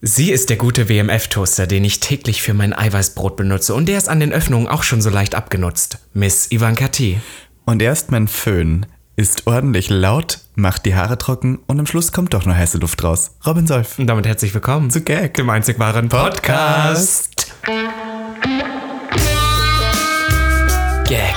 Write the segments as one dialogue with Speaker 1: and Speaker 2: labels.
Speaker 1: Sie ist der gute WMF-Toaster, den ich täglich für mein Eiweißbrot benutze und der ist an den Öffnungen auch schon so leicht abgenutzt. Miss Ivanka T.
Speaker 2: Und erst mein Föhn. Ist ordentlich laut, macht die Haare trocken und am Schluss kommt doch noch heiße Luft raus. Robin Solf.
Speaker 1: Und damit herzlich willkommen
Speaker 2: Zu Gag.
Speaker 1: dem einzig wahren Podcast. Gag.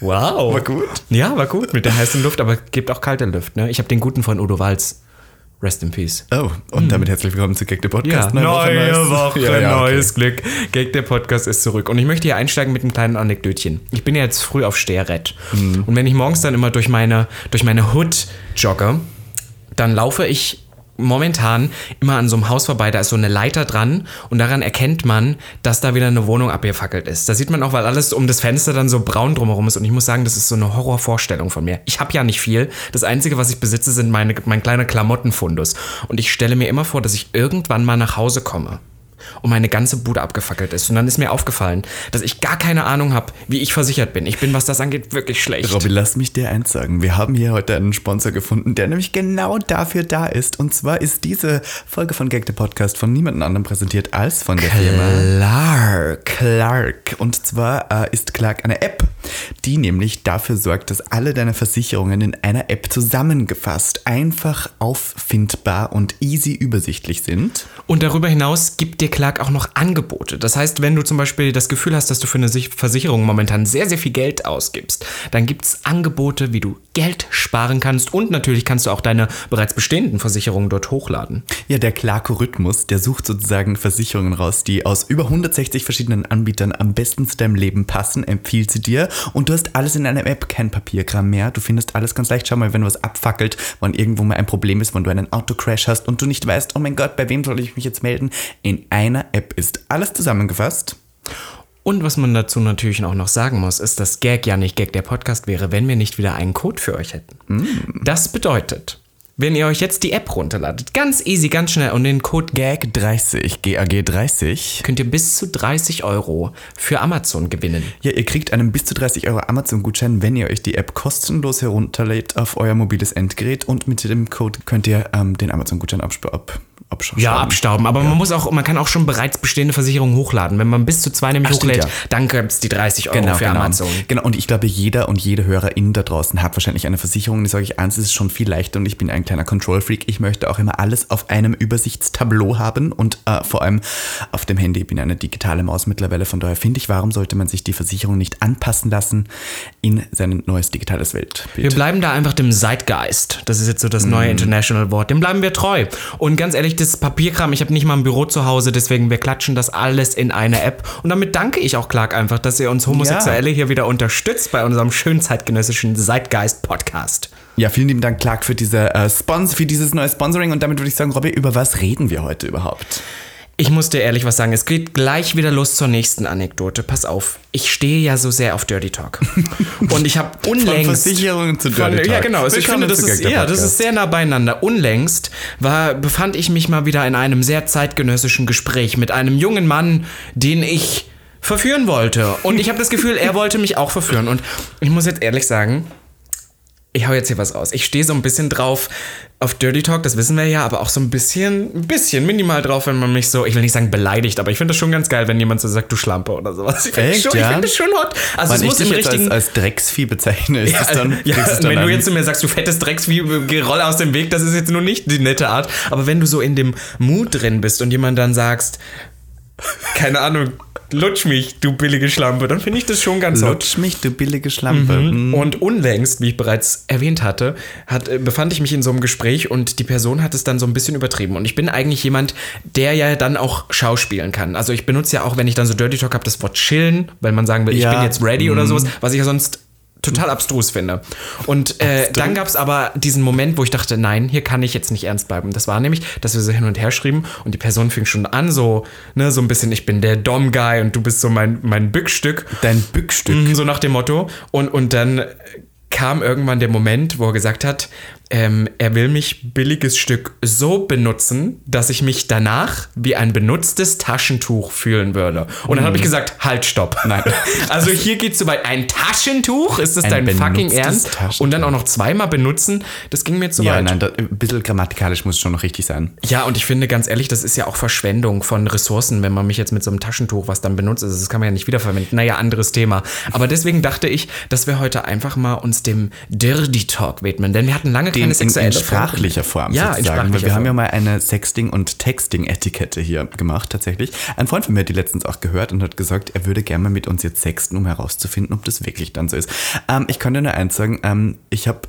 Speaker 1: Wow.
Speaker 2: War gut.
Speaker 1: Ja, war gut mit der heißen Luft, aber gibt auch kalte Luft. Ne? Ich habe den guten von Udo Walz. Rest in Peace.
Speaker 2: Oh, und damit herzlich willkommen zu Gag, der Podcast. ne? Ja, ja, okay.
Speaker 1: neues Glück. Gag, der Podcast ist zurück. Und ich möchte hier einsteigen mit einem kleinen Anekdötchen. Ich bin ja jetzt früh auf Stehrett. Und wenn ich morgens dann immer durch meine, durch meine Hood jogge, dann laufe ich momentan immer an so einem Haus vorbei, da ist so eine Leiter dran und daran erkennt man, dass da wieder eine Wohnung abgefackelt ist. Da sieht man auch, weil alles um das Fenster dann so braun drumherum ist und ich muss sagen, das ist so eine Horrorvorstellung von mir. Ich habe ja nicht viel. Das Einzige, was ich besitze, sind meine, mein kleiner Klamottenfundus. Und ich stelle mir immer vor, dass ich irgendwann mal nach Hause komme und meine ganze Bude abgefackelt ist. Und dann ist mir aufgefallen, dass ich gar keine Ahnung habe, wie ich versichert bin. Ich bin, was das angeht, wirklich schlecht.
Speaker 2: Robby, lass mich dir eins sagen. Wir haben hier heute einen Sponsor gefunden, der nämlich genau dafür da ist. Und zwar ist diese Folge von Gag the Podcast von niemandem anderem präsentiert als von der Firma Clark. Clark. Und zwar äh, ist Clark eine App, die nämlich dafür sorgt, dass alle deine Versicherungen in einer App zusammengefasst, einfach auffindbar und easy übersichtlich sind.
Speaker 1: Und darüber hinaus gibt dir Clark auch noch Angebote. Das heißt, wenn du zum Beispiel das Gefühl hast, dass du für eine Sich- Versicherung momentan sehr, sehr viel Geld ausgibst, dann gibt es Angebote, wie du Geld sparen kannst und natürlich kannst du auch deine bereits bestehenden Versicherungen dort hochladen.
Speaker 2: Ja, der Klarkorhythmus, der sucht sozusagen Versicherungen raus, die aus über 160 verschiedenen Anbietern am besten zu deinem Leben passen, empfiehlt sie dir. Und du hast alles in einer App, kein Papierkram mehr. Du findest alles ganz leicht. Schau mal, wenn was abfackelt, wann irgendwo mal ein Problem ist, wann du einen Autocrash hast und du nicht weißt, oh mein Gott, bei wem soll ich mich jetzt melden? In einer App ist alles zusammengefasst.
Speaker 1: Und was man dazu natürlich auch noch sagen muss, ist, dass Gag ja nicht Gag der Podcast wäre, wenn wir nicht wieder einen Code für euch hätten. Das bedeutet, wenn ihr euch jetzt die App runterladet, ganz easy, ganz schnell und den Code
Speaker 2: Gag 30, GAG 30.
Speaker 1: könnt ihr bis zu 30 Euro für Amazon gewinnen.
Speaker 2: Ja, ihr kriegt einen bis zu 30 Euro Amazon-Gutschein, wenn ihr euch die App kostenlos herunterlädt auf euer mobiles Endgerät und mit dem Code könnt ihr ähm, den Amazon-Gutschein abschauen. Ab, absch
Speaker 1: Ja, abstauben. Aber man muss auch, man kann auch schon bereits bestehende Versicherungen hochladen. Wenn man bis zu zwei nämlich
Speaker 2: Ach, stimmt,
Speaker 1: hochlädt,
Speaker 2: ja.
Speaker 1: dann gibt es die 30 Euro
Speaker 2: Genau,
Speaker 1: für
Speaker 2: genau.
Speaker 1: Amazon.
Speaker 2: genau, und ich glaube, jeder und jede Hörerin da draußen hat wahrscheinlich eine Versicherung. Ich sage ich eins, es ist schon viel leichter und ich bin ein kleiner Control-Freak. Ich möchte auch immer alles auf einem Übersichtstableau haben und äh, vor allem auf dem Handy. Ich bin eine digitale Maus mittlerweile, von daher finde ich, warum sollte man sich die Versicherung nicht anpassen lassen in sein neues digitales Weltbild?
Speaker 1: Wir bleiben da einfach dem Zeitgeist. Das ist jetzt so das neue International Wort. Dem bleiben wir treu. Und ganz ehrlich, das Papierkram, ich habe nicht mal ein Büro zu Hause, deswegen wir klatschen das alles in eine App. Und damit danke ich auch Clark einfach, dass ihr uns Homosexuelle hier wieder unterstützt bei unserem schönen zeitgenössischen Zeitgeist-Podcast.
Speaker 2: Ja, vielen lieben Dank, Clark, für, diese, äh, Spons für dieses neue Sponsoring. Und damit würde ich sagen, Robby, über was reden wir heute überhaupt?
Speaker 1: Ich muss dir ehrlich was sagen. Es geht gleich wieder los zur nächsten Anekdote. Pass auf. Ich stehe ja so sehr auf Dirty Talk. Und ich habe unlängst.
Speaker 2: Versicherungen zu
Speaker 1: Von-
Speaker 2: Dirty
Speaker 1: Ja,
Speaker 2: Talk.
Speaker 1: genau. Also ich
Speaker 2: Willkommen
Speaker 1: finde, das
Speaker 2: zu
Speaker 1: ist,
Speaker 2: Gag, der
Speaker 1: ja, das
Speaker 2: Podcast.
Speaker 1: ist sehr nah beieinander. Unlängst war, befand ich mich mal wieder in einem sehr zeitgenössischen Gespräch mit einem jungen Mann, den ich verführen wollte. Und ich habe das Gefühl, er wollte mich auch verführen. Und ich muss jetzt ehrlich sagen, ich hau jetzt hier was raus. Ich stehe so ein bisschen drauf auf Dirty Talk, das wissen wir ja, aber auch so ein bisschen, ein bisschen minimal drauf, wenn man mich so, ich will nicht sagen beleidigt, aber ich finde das schon ganz geil, wenn jemand so sagt, du Schlampe oder sowas. Ich finde das
Speaker 2: Echt,
Speaker 1: schon, ich
Speaker 2: ja?
Speaker 1: find das schon hot. Also es
Speaker 2: Wenn ich
Speaker 1: muss
Speaker 2: dich
Speaker 1: im
Speaker 2: jetzt als,
Speaker 1: richtigen
Speaker 2: als Drecksvieh bezeichne, ist das dann,
Speaker 1: ja,
Speaker 2: kriegst du es dann
Speaker 1: wenn du
Speaker 2: an.
Speaker 1: jetzt zu mir sagst, du fettes Drecksvieh, geh roll aus dem Weg, das ist jetzt nur nicht die nette Art. Aber wenn du so in dem Mut drin bist und jemand dann sagst, keine Ahnung, lutsch mich, du billige Schlampe, dann finde ich das schon ganz hot.
Speaker 2: Lutsch mich, du billige Schlampe. Mhm.
Speaker 1: Und unlängst, wie ich bereits erwähnt hatte, hat, äh, befand ich mich in so einem Gespräch und die Person hat es dann so ein bisschen übertrieben. Und ich bin eigentlich jemand, der ja dann auch schauspielen kann. Also ich benutze ja auch, wenn ich dann so Dirty Talk habe, das Wort chillen, weil man sagen will,
Speaker 2: Ja.
Speaker 1: ich bin jetzt ready oder sowas, was ich ja sonst total abstrus finde. Und äh, dann gab es aber diesen Moment, wo ich dachte, nein, hier kann ich jetzt nicht ernst bleiben. Das war nämlich, dass wir so hin und her schrieben und die Person fing schon an, so, ne, so ein bisschen, ich bin der Dom-Guy und du bist so mein, mein Bückstück.
Speaker 2: Dein Bückstück.
Speaker 1: Mhm, So nach dem Motto. Und, und dann kam irgendwann der Moment, wo er gesagt hat, ähm, er will mich billiges Stück so benutzen, dass ich mich danach wie ein benutztes Taschentuch fühlen würde. Und dann habe ich gesagt, halt, stopp.
Speaker 2: Mhm. Nein.
Speaker 1: Also hier geht's so weit. Ein Taschentuch? Ist das
Speaker 2: Ein
Speaker 1: dein fucking
Speaker 2: benutztes
Speaker 1: Ernst?
Speaker 2: Taschentuch.
Speaker 1: Und dann auch noch zweimal benutzen? Das ging mir zu
Speaker 2: Ja,
Speaker 1: weit.
Speaker 2: nein, da, ein bisschen grammatikalisch muss es schon noch richtig sein.
Speaker 1: Ja, und ich finde ganz ehrlich, das ist ja auch Verschwendung von Ressourcen, wenn man mich jetzt mit so einem Taschentuch, was dann benutzt ist, das kann man ja nicht wiederverwenden. Naja, anderes Thema. Aber deswegen dachte ich, dass wir heute einfach mal uns dem Dirty Talk widmen, denn wir hatten lange
Speaker 2: In,
Speaker 1: keine
Speaker 2: in,
Speaker 1: sexuelle
Speaker 2: in sprachlicher Form
Speaker 1: Ja, in
Speaker 2: sozusagen. weil
Speaker 1: sprachlicher
Speaker 2: wir haben ja
Speaker 1: Form.
Speaker 2: mal eine Sexting- und Texting-Etikette hier gemacht tatsächlich. Ein Freund von mir hat die letztens auch gehört und hat gesagt, er würde gerne mal mit uns jetzt sexten, um herauszufinden, ob das wirklich dann so ist. Ähm, ich könnte nur eins sagen, ähm, ich habe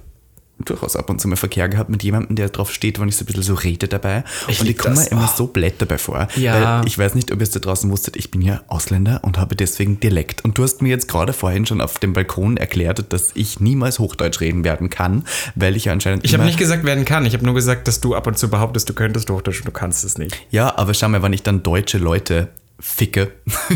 Speaker 2: durchaus ab und zu mal Verkehr gehabt mit jemandem, der drauf steht, wenn ich so ein bisschen so rede dabei.
Speaker 1: Ich
Speaker 2: und ich
Speaker 1: lieb
Speaker 2: komme mir
Speaker 1: das.
Speaker 2: immer
Speaker 1: Oh.
Speaker 2: so blöd dabei vor.
Speaker 1: Ja.
Speaker 2: Weil ich weiß nicht, ob ihr es da draußen wusstet, ich bin ja Ausländer und habe deswegen Dialekt. Und du hast mir jetzt gerade vorhin schon auf dem Balkon erklärt, dass ich niemals Hochdeutsch reden werden kann, weil ich ja anscheinend
Speaker 1: Ich habe
Speaker 2: immer-
Speaker 1: nicht gesagt werden kann, ich habe nur gesagt, dass du ab und zu behauptest, du könntest Hochdeutsch und du kannst es nicht.
Speaker 2: Ja, aber schau mal, wenn ich dann deutsche Leute ficke,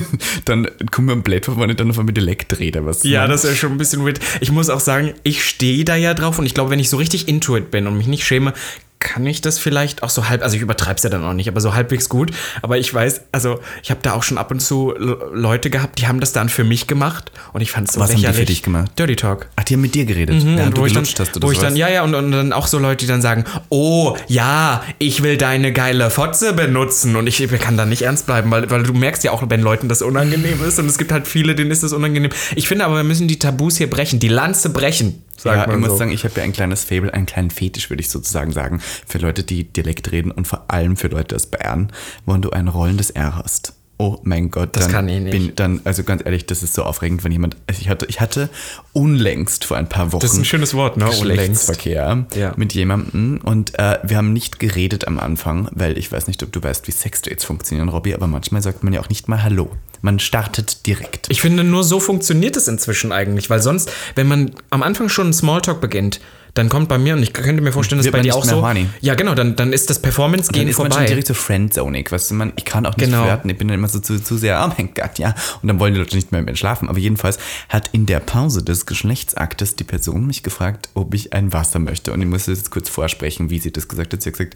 Speaker 2: dann kommt mir ein Blät vor, wenn ich dann auf einmal Dialekt rede. Was ne?
Speaker 1: Ja, das ist schon ein bisschen weird. Ich muss auch sagen, ich stehe da ja drauf und ich glaube, wenn ich so richtig intuit bin und mich nicht schäme, kann ich das vielleicht auch so halb, also ich übertreibe es ja dann auch nicht, aber so halbwegs gut. Aber ich weiß, also ich habe da auch schon ab und zu Le- Leute gehabt, die haben das dann für mich gemacht und ich fand es so
Speaker 2: Was haben die
Speaker 1: lächerlich.
Speaker 2: für dich gemacht?
Speaker 1: Dirty Talk.
Speaker 2: Ach, die haben mit dir geredet. Mhm,
Speaker 1: und wo ich dann,
Speaker 2: hast
Speaker 1: wo
Speaker 2: das
Speaker 1: ich dann, ja, ja, und, und dann auch so Leute, die dann sagen, oh, ja, ich will deine geile Fotze benutzen und ich, ich kann da nicht ernst bleiben, weil, weil du merkst ja auch, wenn Leuten das unangenehm ist und es gibt halt viele, denen ist das unangenehm. Ich finde aber, wir müssen die Tabus hier brechen, die Lanze brechen,
Speaker 2: Ja,
Speaker 1: sagt
Speaker 2: ich
Speaker 1: man
Speaker 2: muss
Speaker 1: so.
Speaker 2: sagen, ich habe ja ein kleines Fable, einen kleinen Fetisch, würde ich sozusagen sagen, für Leute, die Dialekt reden und vor allem für Leute aus Bayern, wenn du ein rollendes R hast. Oh mein Gott, das
Speaker 1: kann ich nicht.
Speaker 2: Bin dann, also ganz ehrlich, das ist so aufregend, wenn jemand. Also ich hatte, ich hatte unlängst vor ein paar Wochen.
Speaker 1: Das ist ein schönes Wort, ne? Unlängst.
Speaker 2: Geschlechtsverkehr
Speaker 1: Ja.
Speaker 2: mit jemandem und äh, wir haben nicht geredet am Anfang, weil ich weiß nicht, ob du weißt, wie Sexdates funktionieren, Robby, aber manchmal sagt man ja auch nicht mal Hallo. Man startet direkt.
Speaker 1: Ich finde, nur so funktioniert es inzwischen eigentlich, weil sonst, wenn man am Anfang schon einen Smalltalk beginnt, dann kommt bei mir, und ich könnte mir vorstellen, dass
Speaker 2: Wird
Speaker 1: bei
Speaker 2: man
Speaker 1: dir
Speaker 2: nicht
Speaker 1: auch
Speaker 2: mehr
Speaker 1: so.
Speaker 2: horny.
Speaker 1: Ja, genau, dann, dann ist das Performance-Gehen
Speaker 2: dann ist man schon
Speaker 1: vorbei.
Speaker 2: direkt so friendzonig, weißt du, man, ich kann auch nicht
Speaker 1: Genau.
Speaker 2: flirten, ich bin dann immer so zu, zu sehr, oh mein Gott, ja, und dann wollen die Leute nicht mehr mit mir schlafen, aber jedenfalls hat in der Pause des Geschlechtsaktes die Person mich gefragt, ob ich ein Wasser möchte und ich muss jetzt kurz vorsprechen, wie sie das gesagt hat, sie hat gesagt,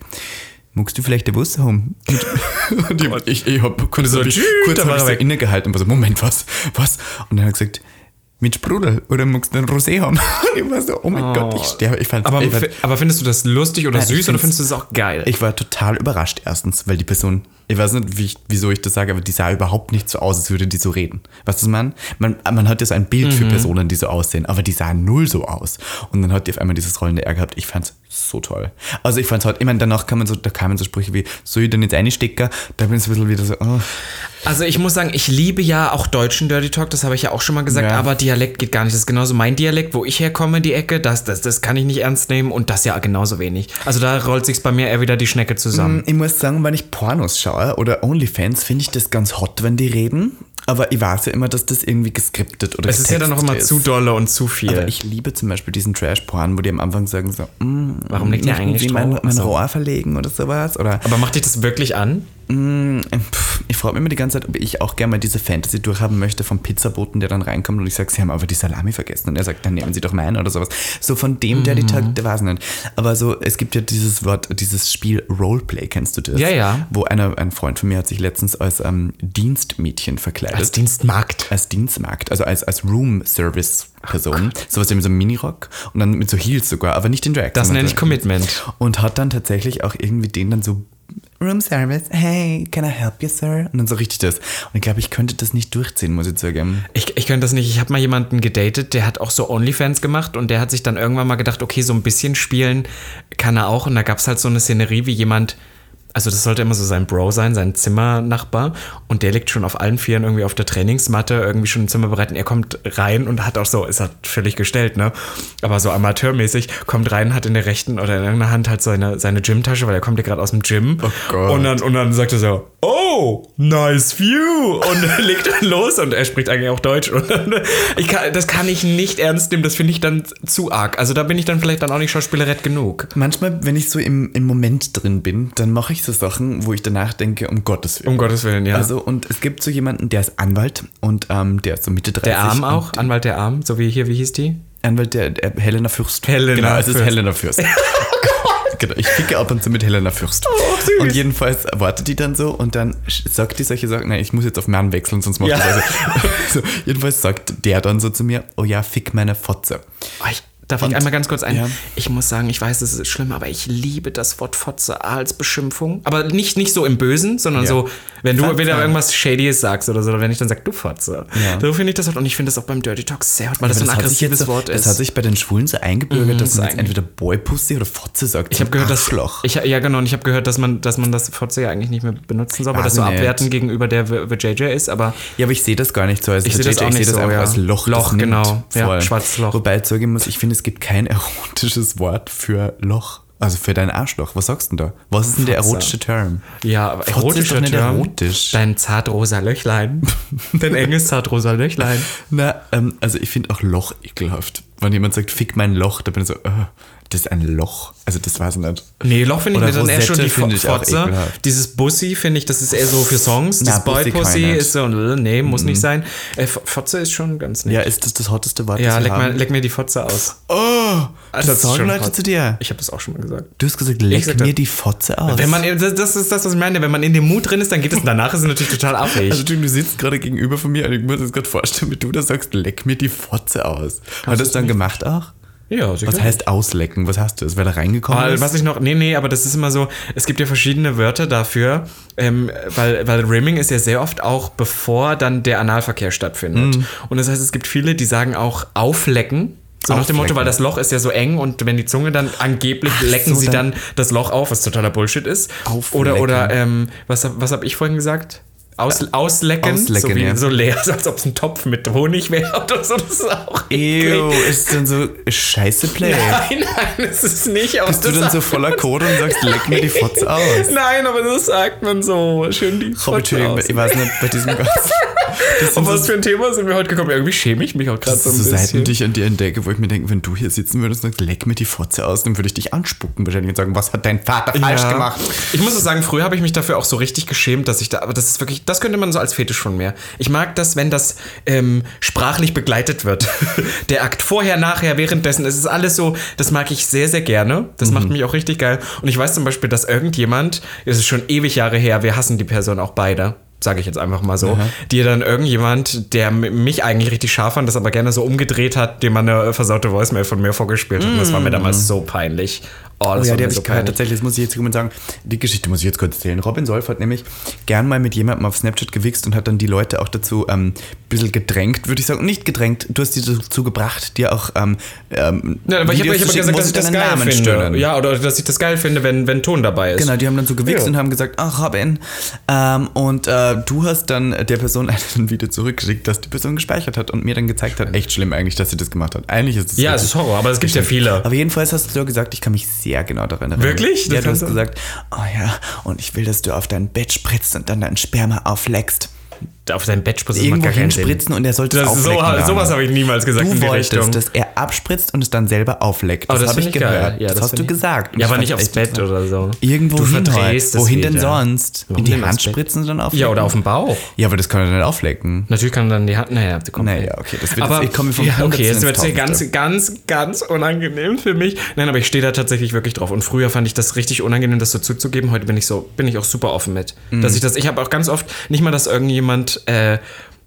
Speaker 2: Muckst du vielleicht der Bus home? Und, und jemand- ich, ich hab kurz,
Speaker 1: so,
Speaker 2: hab ich,
Speaker 1: Also, tschüss,
Speaker 2: kurz
Speaker 1: da
Speaker 2: hab
Speaker 1: war
Speaker 2: ich
Speaker 1: er
Speaker 2: so
Speaker 1: weg.
Speaker 2: innegehalten und war so, Moment, was? Was? Und dann hat er gesagt, mit Sprudel oder muckst du einen Rosé haben? Und ich war so, oh mein Gott, ich sterbe. Ich fand's
Speaker 1: Aber,
Speaker 2: ich fand's-
Speaker 1: fi- aber findest du das lustig oder
Speaker 2: Nein, ich
Speaker 1: süß oder
Speaker 2: find's-
Speaker 1: findest du das auch geil?
Speaker 2: Ich war total überrascht erstens, weil die Person, ich weiß nicht, wie ich, wieso ich das sage, aber die sah überhaupt nicht so aus, als würde die so reden. Weißt du, man, man, man hat ja so ein Bild für Personen, die so aussehen, aber die sahen null so aus. Und dann hat die auf einmal dieses rollende R gehabt. Ich fand's so toll. Also ich fand's halt, ich meine, danach kamen so, da kamen so Sprüche wie, soll ich denn jetzt eine Stecker? Da bin ich so ein bisschen wieder so, oh.
Speaker 1: Also ich muss sagen, ich liebe ja auch deutschen Dirty Talk, das habe ich ja auch schon mal gesagt,
Speaker 2: Ja.
Speaker 1: aber Dialekt geht gar nicht. Das ist genauso mein Dialekt, wo ich herkomme, die Ecke, das, das, das kann ich nicht ernst nehmen und das ja genauso wenig. Also da rollt sich's bei mir eher wieder die Schnecke zusammen.
Speaker 2: Ähm, Ich muss sagen, wenn ich Pornos schaue oder Onlyfans, finde ich das ganz hot, wenn die reden. Aber ich weiß ja immer, dass das irgendwie geskriptet oder
Speaker 1: Es ist ja dann auch immer
Speaker 2: getextet
Speaker 1: zu dolle und zu viel.
Speaker 2: Aber ich liebe zum Beispiel diesen Trash-Porn, wo die am Anfang sagen so, mm,
Speaker 1: Warum liegt der
Speaker 2: möchten
Speaker 1: eigentlich
Speaker 2: Sie mein,
Speaker 1: drauf?
Speaker 2: mein
Speaker 1: Ach so.
Speaker 2: Rohr verlegen oder sowas? Oder "Mm,
Speaker 1: aber macht dich das wirklich an?
Speaker 2: pff, ich frage mich immer die ganze Zeit, ob ich auch gerne mal diese Fantasy durchhaben möchte vom Pizzaboten, der dann reinkommt und ich sage, sie haben aber die Salami vergessen. Und er sagt, dann nehmen sie doch meine oder sowas. So von dem,
Speaker 1: Mhm.
Speaker 2: der die Tag, der weiß nicht. Aber so, es gibt ja dieses Wort, dieses Spiel Roleplay, kennst du das?
Speaker 1: Ja, ja.
Speaker 2: Wo einer, ein Freund von mir hat sich letztens als ähm, Dienstmädchen verkleidet.
Speaker 1: Als Dienstmarkt.
Speaker 2: als Dienstmarkt, also als, als Room-Service-Person. sowas wie mit so einem Minirock und dann mit so Heels sogar, aber nicht in Drag.
Speaker 1: Das
Speaker 2: sondern
Speaker 1: nenne ich
Speaker 2: so in Heels.
Speaker 1: Commitment.
Speaker 2: Und hat dann tatsächlich auch irgendwie den dann so Room-Service, hey, can I help you, sir? Und dann so richtig das. Und ich glaube, ich könnte das nicht durchziehen, muss ich zugeben.
Speaker 1: Ich, ich könnte das nicht. Ich habe mal jemanden gedatet, der hat auch so Onlyfans gemacht und der hat sich dann irgendwann mal gedacht, okay, so ein bisschen spielen kann er auch. Und da gab es halt so eine Szenerie, wie jemand, also das sollte immer so sein Bro sein, sein Zimmernachbar. Und der liegt schon auf allen Vieren irgendwie auf der Trainingsmatte, irgendwie schon im Zimmer bereit. Und er kommt rein und hat auch so, ist halt völlig gestellt, ne? Aber so amateurmäßig, kommt rein, hat in der rechten oder in irgendeiner Hand halt seine, seine Gymtasche, weil er kommt ja gerade aus dem Gym.
Speaker 2: Gott.
Speaker 1: Und dann, und dann sagt er so, oh! oh, nice view. Und legt dann los und er spricht eigentlich auch Deutsch. Und dann, ich kann, das kann ich nicht ernst nehmen, das finde ich dann zu arg. Also da bin ich dann vielleicht dann auch nicht Schauspielerett genug.
Speaker 2: Manchmal, wenn ich so im, im Moment drin bin, dann mache ich so Sachen, wo ich danach denke, um Gottes Willen.
Speaker 1: Um Gottes Willen, ja.
Speaker 2: Also, und es gibt so jemanden, der ist Anwalt und ähm, der ist so Mitte 30.
Speaker 1: der Arm
Speaker 2: und
Speaker 1: auch, Anwalt der Arm, so wie hier, wie hieß die?
Speaker 2: Anwalt der äh, Helena Fürst.
Speaker 1: Helena
Speaker 2: genau, es ist
Speaker 1: Fürst. Oh
Speaker 2: Helena Fürst. Genau, ich ficke ab und zu mit Helena Fürst.
Speaker 1: Oh, süß.
Speaker 2: und jedenfalls wartet die dann so und dann sch- sagt die solche Sachen, nein, ich muss jetzt auf Mann wechseln, sonst macht
Speaker 1: Ja.
Speaker 2: das also. so, Jedenfalls sagt der dann so zu mir, oh ja, fick meine Fotze.
Speaker 1: Oh, ich, darf
Speaker 2: Und-
Speaker 1: ich einmal ganz kurz ein?
Speaker 2: ja.
Speaker 1: Ich muss sagen, ich weiß, es ist schlimm, aber ich liebe das Wort Fotze als Beschimpfung. Aber nicht, nicht so im Bösen, sondern
Speaker 2: Ja.
Speaker 1: so, wenn du
Speaker 2: Fotze.
Speaker 1: wieder irgendwas Shadyes sagst oder so, oder wenn ich dann sag, du Fotze.
Speaker 2: Ja.
Speaker 1: So finde ich das Wort. Und ich finde das auch beim Dirty Talk sehr hot, weil das so
Speaker 2: Aber
Speaker 1: ein
Speaker 2: hat sich
Speaker 1: aggressives
Speaker 2: jetzt so-
Speaker 1: Wort Mhm, ist.
Speaker 2: Das hat sich bei den Schwulen so eingebürgert, dass man jetzt
Speaker 1: eigentlich-
Speaker 2: entweder Boypussy oder Fotze sagt.
Speaker 1: ich habe gehört, dass
Speaker 2: Arschloch.
Speaker 1: ich ja genau, und ich habe gehört, dass man, dass man das Fotze ja eigentlich nicht mehr benutzen soll, aber das so
Speaker 2: Weiß nicht.
Speaker 1: abwerten gegenüber der w JJ ist. Aber
Speaker 2: Ja, aber ich sehe das gar nicht so Also als
Speaker 1: Ich sehe das
Speaker 2: Vegeta,
Speaker 1: auch nicht so,
Speaker 2: einfach
Speaker 1: ja.
Speaker 2: als Loch. das
Speaker 1: Loch,
Speaker 2: nimmt.
Speaker 1: genau. Ja,
Speaker 2: Voll.
Speaker 1: schwarzes Loch.
Speaker 2: Wobei ich sagen muss, ich finde, es gibt kein erotisches Wort für Loch. Also für dein Arschloch. Was sagst du denn da? Was ist denn der
Speaker 1: Fotze.
Speaker 2: erotische Term?
Speaker 1: ja, aber
Speaker 2: Fotze ist doch
Speaker 1: erotischer
Speaker 2: nicht
Speaker 1: Term.
Speaker 2: erotisch.
Speaker 1: Dein zartrosa Löchlein. Dein enges zartrosa Löchlein.
Speaker 2: Na, ähm, also ich finde auch Loch ekelhaft. Wenn jemand sagt, fick mein Loch, da bin ich so, äh, das ist ein Loch. Also das weiß ich nicht.
Speaker 1: Nee, Loch finde ich
Speaker 2: Oder
Speaker 1: mir dann eher schon
Speaker 2: Rosette
Speaker 1: die Fo-
Speaker 2: finde ich auch
Speaker 1: Fotze.
Speaker 2: ekelhaft.
Speaker 1: Dieses Bussi finde ich, das ist eher so für Songs.
Speaker 2: Na,
Speaker 1: das Boy
Speaker 2: Bussi Mhm. kann ich
Speaker 1: Pussy
Speaker 2: nicht.
Speaker 1: ist so, nee, muss nicht sein. Äh, F- Fotze ist schon ganz nett.
Speaker 2: Ja, ist das das hotteste Wort,
Speaker 1: Ja,
Speaker 2: das wir
Speaker 1: leck, mal,
Speaker 2: haben?
Speaker 1: leck mir die Fotze aus.
Speaker 2: Oh, das,
Speaker 1: ist
Speaker 2: sagen
Speaker 1: schon
Speaker 2: Leute
Speaker 1: hot.
Speaker 2: zu dir.
Speaker 1: Ich habe das auch schon mal gesagt.
Speaker 2: Du hast gesagt, leck
Speaker 1: sag
Speaker 2: mir
Speaker 1: das.
Speaker 2: die Fotze aus.
Speaker 1: Wenn man, das, das ist das, was ich meine. Wenn man in dem Mut drin ist, dann geht es danach, ist es natürlich total affig.
Speaker 2: Also Jim, du sitzt gerade gegenüber von mir und ich muss jetzt gerade vorstellen, wie du da sagst, leck mir die Fotze aus. Hat das
Speaker 1: es
Speaker 2: dann
Speaker 1: nicht?
Speaker 2: gemacht auch?
Speaker 1: ja, sicher.
Speaker 2: Was heißt auslecken? Was hast du? Ist wer da reingekommen
Speaker 1: Weil,
Speaker 2: ist?
Speaker 1: was ich noch, nee, nee, aber das ist immer so, es gibt ja verschiedene Wörter dafür, ähm, weil, weil Rimming ist ja sehr oft auch bevor dann der Analverkehr stattfindet.
Speaker 2: Mhm.
Speaker 1: Und das heißt, es gibt viele, die sagen auch auflecken. So nach dem
Speaker 2: Auflecken.
Speaker 1: Motto, weil das Loch ist ja so eng und wenn die Zunge dann angeblich lecken
Speaker 2: so,
Speaker 1: sie
Speaker 2: dann-
Speaker 1: dann das Loch auf, was totaler Bullshit ist.
Speaker 2: Auflecken. Äh,
Speaker 1: Oder oder ähm, was hab- was habe ich vorhin gesagt? Aus, auslecken,
Speaker 2: auslecken,
Speaker 1: so wie
Speaker 2: ja.
Speaker 1: so leer, so als ob es ein Topf mit Honig wäre oder so. Das ist auch
Speaker 2: Ew,
Speaker 1: eklig.
Speaker 2: ist dann so scheiße Play.
Speaker 1: Nein, nein, es ist nicht.
Speaker 2: Bist du dann so voller Code und sagst, leck mir die Fotze aus?
Speaker 1: Nein, aber das sagt man so. Schön die
Speaker 2: Komm,
Speaker 1: Fotze
Speaker 2: Entschuldigung,
Speaker 1: aus.
Speaker 2: ich weiß nicht, bei diesem ganzen... Das sind
Speaker 1: Und
Speaker 2: so,
Speaker 1: was für ein Thema sind wir heute gekommen? Irgendwie schäme ich mich auch gerade
Speaker 2: das
Speaker 1: so
Speaker 2: sind
Speaker 1: ein
Speaker 2: so Seiten,
Speaker 1: bisschen.
Speaker 2: die ich an dir entdecke, wo ich mir denke, wenn du hier sitzen würdest und sagst, leck mir die Fotze aus, dann würde ich dich anspucken wahrscheinlich und sagen, was hat dein Vater falsch
Speaker 1: Ja.
Speaker 2: gemacht?
Speaker 1: Ich muss so sagen, früher habe ich mich dafür auch so richtig geschämt, dass ich da, aber das ist wirklich, das könnte man so als Fetisch von mir. Ich mag das, wenn das ähm, sprachlich begleitet wird. Der Akt vorher, nachher, währenddessen, es ist alles so, das mag ich sehr, sehr gerne. Das
Speaker 2: Mhm.
Speaker 1: macht mich auch richtig geil. Und ich weiß zum Beispiel, dass irgendjemand, es ist schon ewig Jahre her, wir hassen die Person auch beide. Sage ich jetzt einfach mal so, dir dann irgendjemand, der m- mich eigentlich richtig scharf fand, das aber gerne so umgedreht hat, dem man eine äh, versaute Voicemail von mir vorgespielt hat. Und das war mir damals so peinlich. Oh, das
Speaker 2: Mm. Oh ja,
Speaker 1: war
Speaker 2: die
Speaker 1: mir
Speaker 2: habe
Speaker 1: so
Speaker 2: ich gehört.
Speaker 1: peinlich.
Speaker 2: Tatsächlich, das muss ich jetzt jemand sagen. Die Geschichte muss ich jetzt kurz erzählen. Robin Solf hat nämlich gern mal mit jemandem auf Snapchat gewichst und hat dann die Leute auch dazu ähm, ein bisschen gedrängt, würde ich sagen. Nicht gedrängt, du hast die dazu gebracht, dir auch ähm, ähm,
Speaker 1: Ja, aber ich habe
Speaker 2: Videos
Speaker 1: ich hab
Speaker 2: zu
Speaker 1: ja gesagt,
Speaker 2: schicken, wo
Speaker 1: dass
Speaker 2: sie
Speaker 1: ich das
Speaker 2: deinen
Speaker 1: geil finde.
Speaker 2: stören.
Speaker 1: Ja, oder dass ich das geil finde, wenn, wenn Ton dabei ist.
Speaker 2: Genau, die haben dann so gewichst
Speaker 1: Ja.
Speaker 2: und haben gesagt, ach Robin. Ähm, und äh, du hast dann der Person ein Video zurückgeschickt, das die Person gespeichert hat und mir dann gezeigt hat, echt schlimm eigentlich, dass sie das gemacht hat. Eigentlich ist es
Speaker 1: Ja, es
Speaker 2: wirklich-
Speaker 1: ist Horror, aber es gibt ja viele.
Speaker 2: aber jedenfalls hast du gesagt, ich kann mich sehr genau daran erinnern.
Speaker 1: Wirklich?
Speaker 2: Ja,
Speaker 1: Das
Speaker 2: du hast
Speaker 1: kannst du?
Speaker 2: gesagt, oh ja, und ich will, dass du auf dein Bett spritzt und dann dein Sperma aufleckst.
Speaker 1: Auf deinem Bett spritzen macht
Speaker 2: Irgendwo
Speaker 1: gar keinen Sinn.
Speaker 2: hinspritzen und er sollte
Speaker 1: Das
Speaker 2: es
Speaker 1: ist so,
Speaker 2: auflecken. dann.
Speaker 1: sowas habe ich niemals gesagt in
Speaker 2: du
Speaker 1: die
Speaker 2: wolltest,
Speaker 1: Richtung.
Speaker 2: dass er abspritzt und es dann selber aufleckt.
Speaker 1: Aber
Speaker 2: das habe
Speaker 1: find
Speaker 2: ich gehört.
Speaker 1: geil. Ja,
Speaker 2: das, hast
Speaker 1: find
Speaker 2: du
Speaker 1: ich-
Speaker 2: gesagt. Und
Speaker 1: Ja, aber
Speaker 2: fand
Speaker 1: nicht
Speaker 2: es
Speaker 1: aufs
Speaker 2: echt
Speaker 1: Bett
Speaker 2: interessant.
Speaker 1: oder so.
Speaker 2: Irgendwo
Speaker 1: Du
Speaker 2: hin
Speaker 1: verdrehst
Speaker 2: halt.
Speaker 1: es
Speaker 2: Wohin denn
Speaker 1: wieder.
Speaker 2: sonst?
Speaker 1: Warum
Speaker 2: in die
Speaker 1: denn
Speaker 2: Hand
Speaker 1: aufs Bett?
Speaker 2: spritzen und dann auflecken?
Speaker 1: Ja, oder auf dem Bauch.
Speaker 2: Ja, aber das kann er dann auflecken.
Speaker 1: Natürlich kann dann die Hand. Naja, komm.
Speaker 2: Naja, okay, das wird
Speaker 1: aber,
Speaker 2: jetzt- ich komme vom
Speaker 1: ja, okay,
Speaker 2: Hundertsten
Speaker 1: jetzt
Speaker 2: ins
Speaker 1: wird es hier
Speaker 2: Tausendste.
Speaker 1: ganz, ganz, ganz unangenehm für mich. Nein, aber ich stehe da tatsächlich wirklich drauf. Und früher fand ich das richtig unangenehm, das so zuzugeben. Heute bin ich so, bin ich auch super offen mit.
Speaker 2: Mhm.
Speaker 1: Dass ich das, ich habe auch ganz oft nicht mal, dass irgendjemand äh,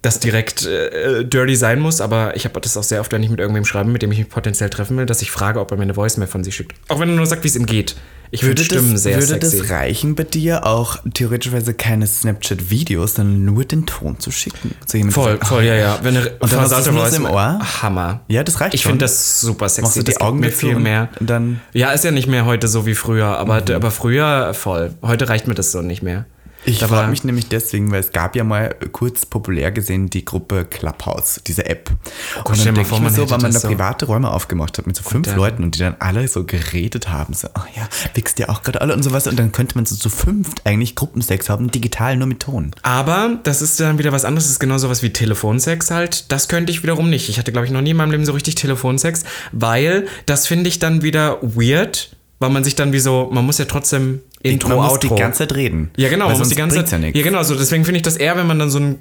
Speaker 1: das direkt äh, äh, dirty sein muss, aber ich habe das auch sehr oft, wenn ich mit irgendwem schreibe, mit dem ich mich potenziell treffen will, dass ich frage, ob er mir eine Voicemail von sich schickt. Auch wenn er nur sagt, wie es ihm geht. Ich würde
Speaker 2: Würde,
Speaker 1: Stimmen
Speaker 2: das,
Speaker 1: sehr
Speaker 2: würde
Speaker 1: sexy.
Speaker 2: das reichen bei dir auch theoretischerweise keine Snapchat-Videos, sondern nur den Ton zu schicken? Zu jemandem
Speaker 1: Voll,
Speaker 2: sagen,
Speaker 1: voll, ja, ja. Wenn eine
Speaker 2: Und dann hast
Speaker 1: versahte
Speaker 2: du's nur
Speaker 1: Voice-
Speaker 2: so im Ohr?
Speaker 1: Hammer.
Speaker 2: Ja, das reicht
Speaker 1: Ich
Speaker 2: schon.
Speaker 1: finde das super sexy.
Speaker 2: Machst du die
Speaker 1: das gibt
Speaker 2: Augen
Speaker 1: mir
Speaker 2: zu
Speaker 1: viel
Speaker 2: und
Speaker 1: mehr.
Speaker 2: dann- Mhm.
Speaker 1: ja, ist ja nicht mehr heute so wie früher, aber, aber früher voll. Heute reicht mir das so nicht mehr.
Speaker 2: Ich
Speaker 1: Da
Speaker 2: frage
Speaker 1: war-
Speaker 2: mich nämlich deswegen, weil es gab ja mal kurz populär gesehen die Gruppe Clubhouse, diese App. und
Speaker 1: Oh stell mal
Speaker 2: dann denke
Speaker 1: vor,
Speaker 2: ich mir
Speaker 1: man
Speaker 2: so,
Speaker 1: hätte
Speaker 2: weil man da
Speaker 1: das so.
Speaker 2: private Räume aufgemacht hat mit so fünf
Speaker 1: dann-
Speaker 2: Leuten und die dann alle so geredet haben, so, oh ja, wichst ihr auch gerade alle und sowas und dann könnte man so zu fünft eigentlich Gruppensex haben, digital nur mit Ton.
Speaker 1: Aber das ist dann wieder was anderes. Das ist genau sowas wie Telefonsex halt. Das könnte ich wiederum nicht. Ich hatte, glaube ich, noch nie in meinem Leben so richtig Telefonsex, weil das finde ich dann wieder weird, weil man sich dann wie so, man muss ja trotzdem Intro,
Speaker 2: man muss
Speaker 1: Outro.
Speaker 2: die ganze Zeit reden.
Speaker 1: Ja, genau,
Speaker 2: Weil
Speaker 1: man muss
Speaker 2: sonst
Speaker 1: die ganze
Speaker 2: bringt's
Speaker 1: Zeit.
Speaker 2: ja
Speaker 1: Ja,
Speaker 2: nichts.
Speaker 1: genau, so deswegen finde ich das eher, wenn man dann so ein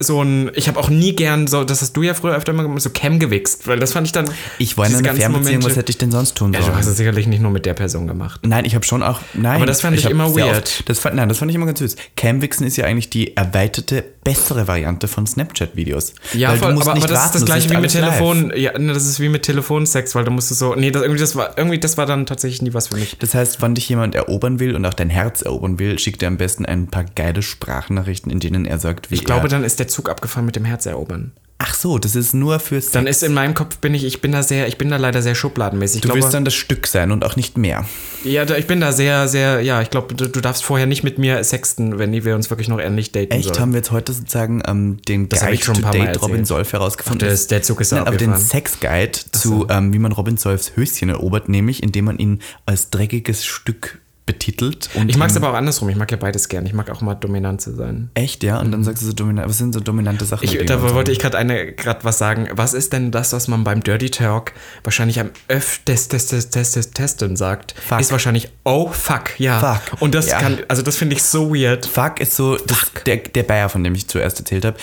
Speaker 1: so ein ich habe auch nie gern so, das hast du ja früher öfter mal gemacht, so Cam gewichst, weil das fand ich dann
Speaker 2: Ich war in
Speaker 1: diese
Speaker 2: einer
Speaker 1: ganzen
Speaker 2: Fernbeziehung,
Speaker 1: Momente-
Speaker 2: was hätte ich denn sonst tun
Speaker 1: ja, du hast
Speaker 2: sollen?
Speaker 1: es sicherlich nicht nur mit der Person gemacht.
Speaker 2: Nein, ich habe schon auch. Nein,
Speaker 1: Aber das fand ich
Speaker 2: hab
Speaker 1: immer
Speaker 2: sehr
Speaker 1: weird.
Speaker 2: oft- Das fand, nein, das fand ich immer ganz süß. Camwixen ist ja eigentlich die erweiterte, bessere Variante von Snapchat-Videos.
Speaker 1: Ja,
Speaker 2: Weil du
Speaker 1: voll,
Speaker 2: musst
Speaker 1: aber,
Speaker 2: nicht
Speaker 1: aber das
Speaker 2: warten,
Speaker 1: ist das
Speaker 2: du
Speaker 1: gleiche
Speaker 2: siehst
Speaker 1: wie mit
Speaker 2: alles live.
Speaker 1: Telefon. Ja, ne, das ist wie mit Telefonsex, weil da musst du so. Nee, das, irgendwie, das war, irgendwie, das war dann tatsächlich nie was für mich.
Speaker 2: Das heißt, wenn dich jemand erobern will und auch dein Herz erobern will, schickt er am besten ein paar geile Sprachnachrichten, in denen er sagt, wie
Speaker 1: Ich glaube,
Speaker 2: er,
Speaker 1: dann ist der Zug abgefahren mit dem Herz erobern.
Speaker 2: Ach so, das ist nur fürs.
Speaker 1: Dann ist in meinem Kopf bin ich, ich bin da sehr, ich bin da leider sehr schubladenmäßig. Ich
Speaker 2: du
Speaker 1: glaube,
Speaker 2: willst dann das Stück sein und auch nicht mehr.
Speaker 1: ja, da, ich bin da sehr, sehr, ja, ich glaube, du, du darfst vorher nicht mit mir sexten, wenn wir uns wirklich noch ähnlich daten
Speaker 2: Echt?
Speaker 1: sollen.
Speaker 2: Haben wir jetzt heute sozusagen ähm, den
Speaker 1: hab
Speaker 2: Guide
Speaker 1: ich schon ein
Speaker 2: to
Speaker 1: paar Mal
Speaker 2: Date Robin
Speaker 1: erzählt.
Speaker 2: Solf herausgefunden?
Speaker 1: Ach, der ist- der Zug ist
Speaker 2: Nein, aber den
Speaker 1: abgefahren.
Speaker 2: Sexguide zu, ähm, wie man Robin Solfs Höschen erobert, nämlich indem man ihn als dreckiges Stück betitelt. Und
Speaker 1: Ich mag es
Speaker 2: ihm-
Speaker 1: aber auch andersrum. Ich mag ja beides gern. Ich mag auch mal dominant zu sein.
Speaker 2: Echt, ja? Und dann sagst du so dominant. Was sind so dominante Sachen?
Speaker 1: Mhm. Ich,
Speaker 2: mit denen man
Speaker 1: dabei
Speaker 2: so-
Speaker 1: wollte ich gerade eine gerade was sagen. Was ist denn das, was man beim Dirty Talk wahrscheinlich am öftesten sagt?
Speaker 2: Fuck.
Speaker 1: Ist wahrscheinlich oh fuck, ja.
Speaker 2: Fuck,
Speaker 1: Und das
Speaker 2: ja.
Speaker 1: kann also das finde ich so weird.
Speaker 2: Fuck ist so, das, der, der Bayer, von dem ich zuerst erzählt habe,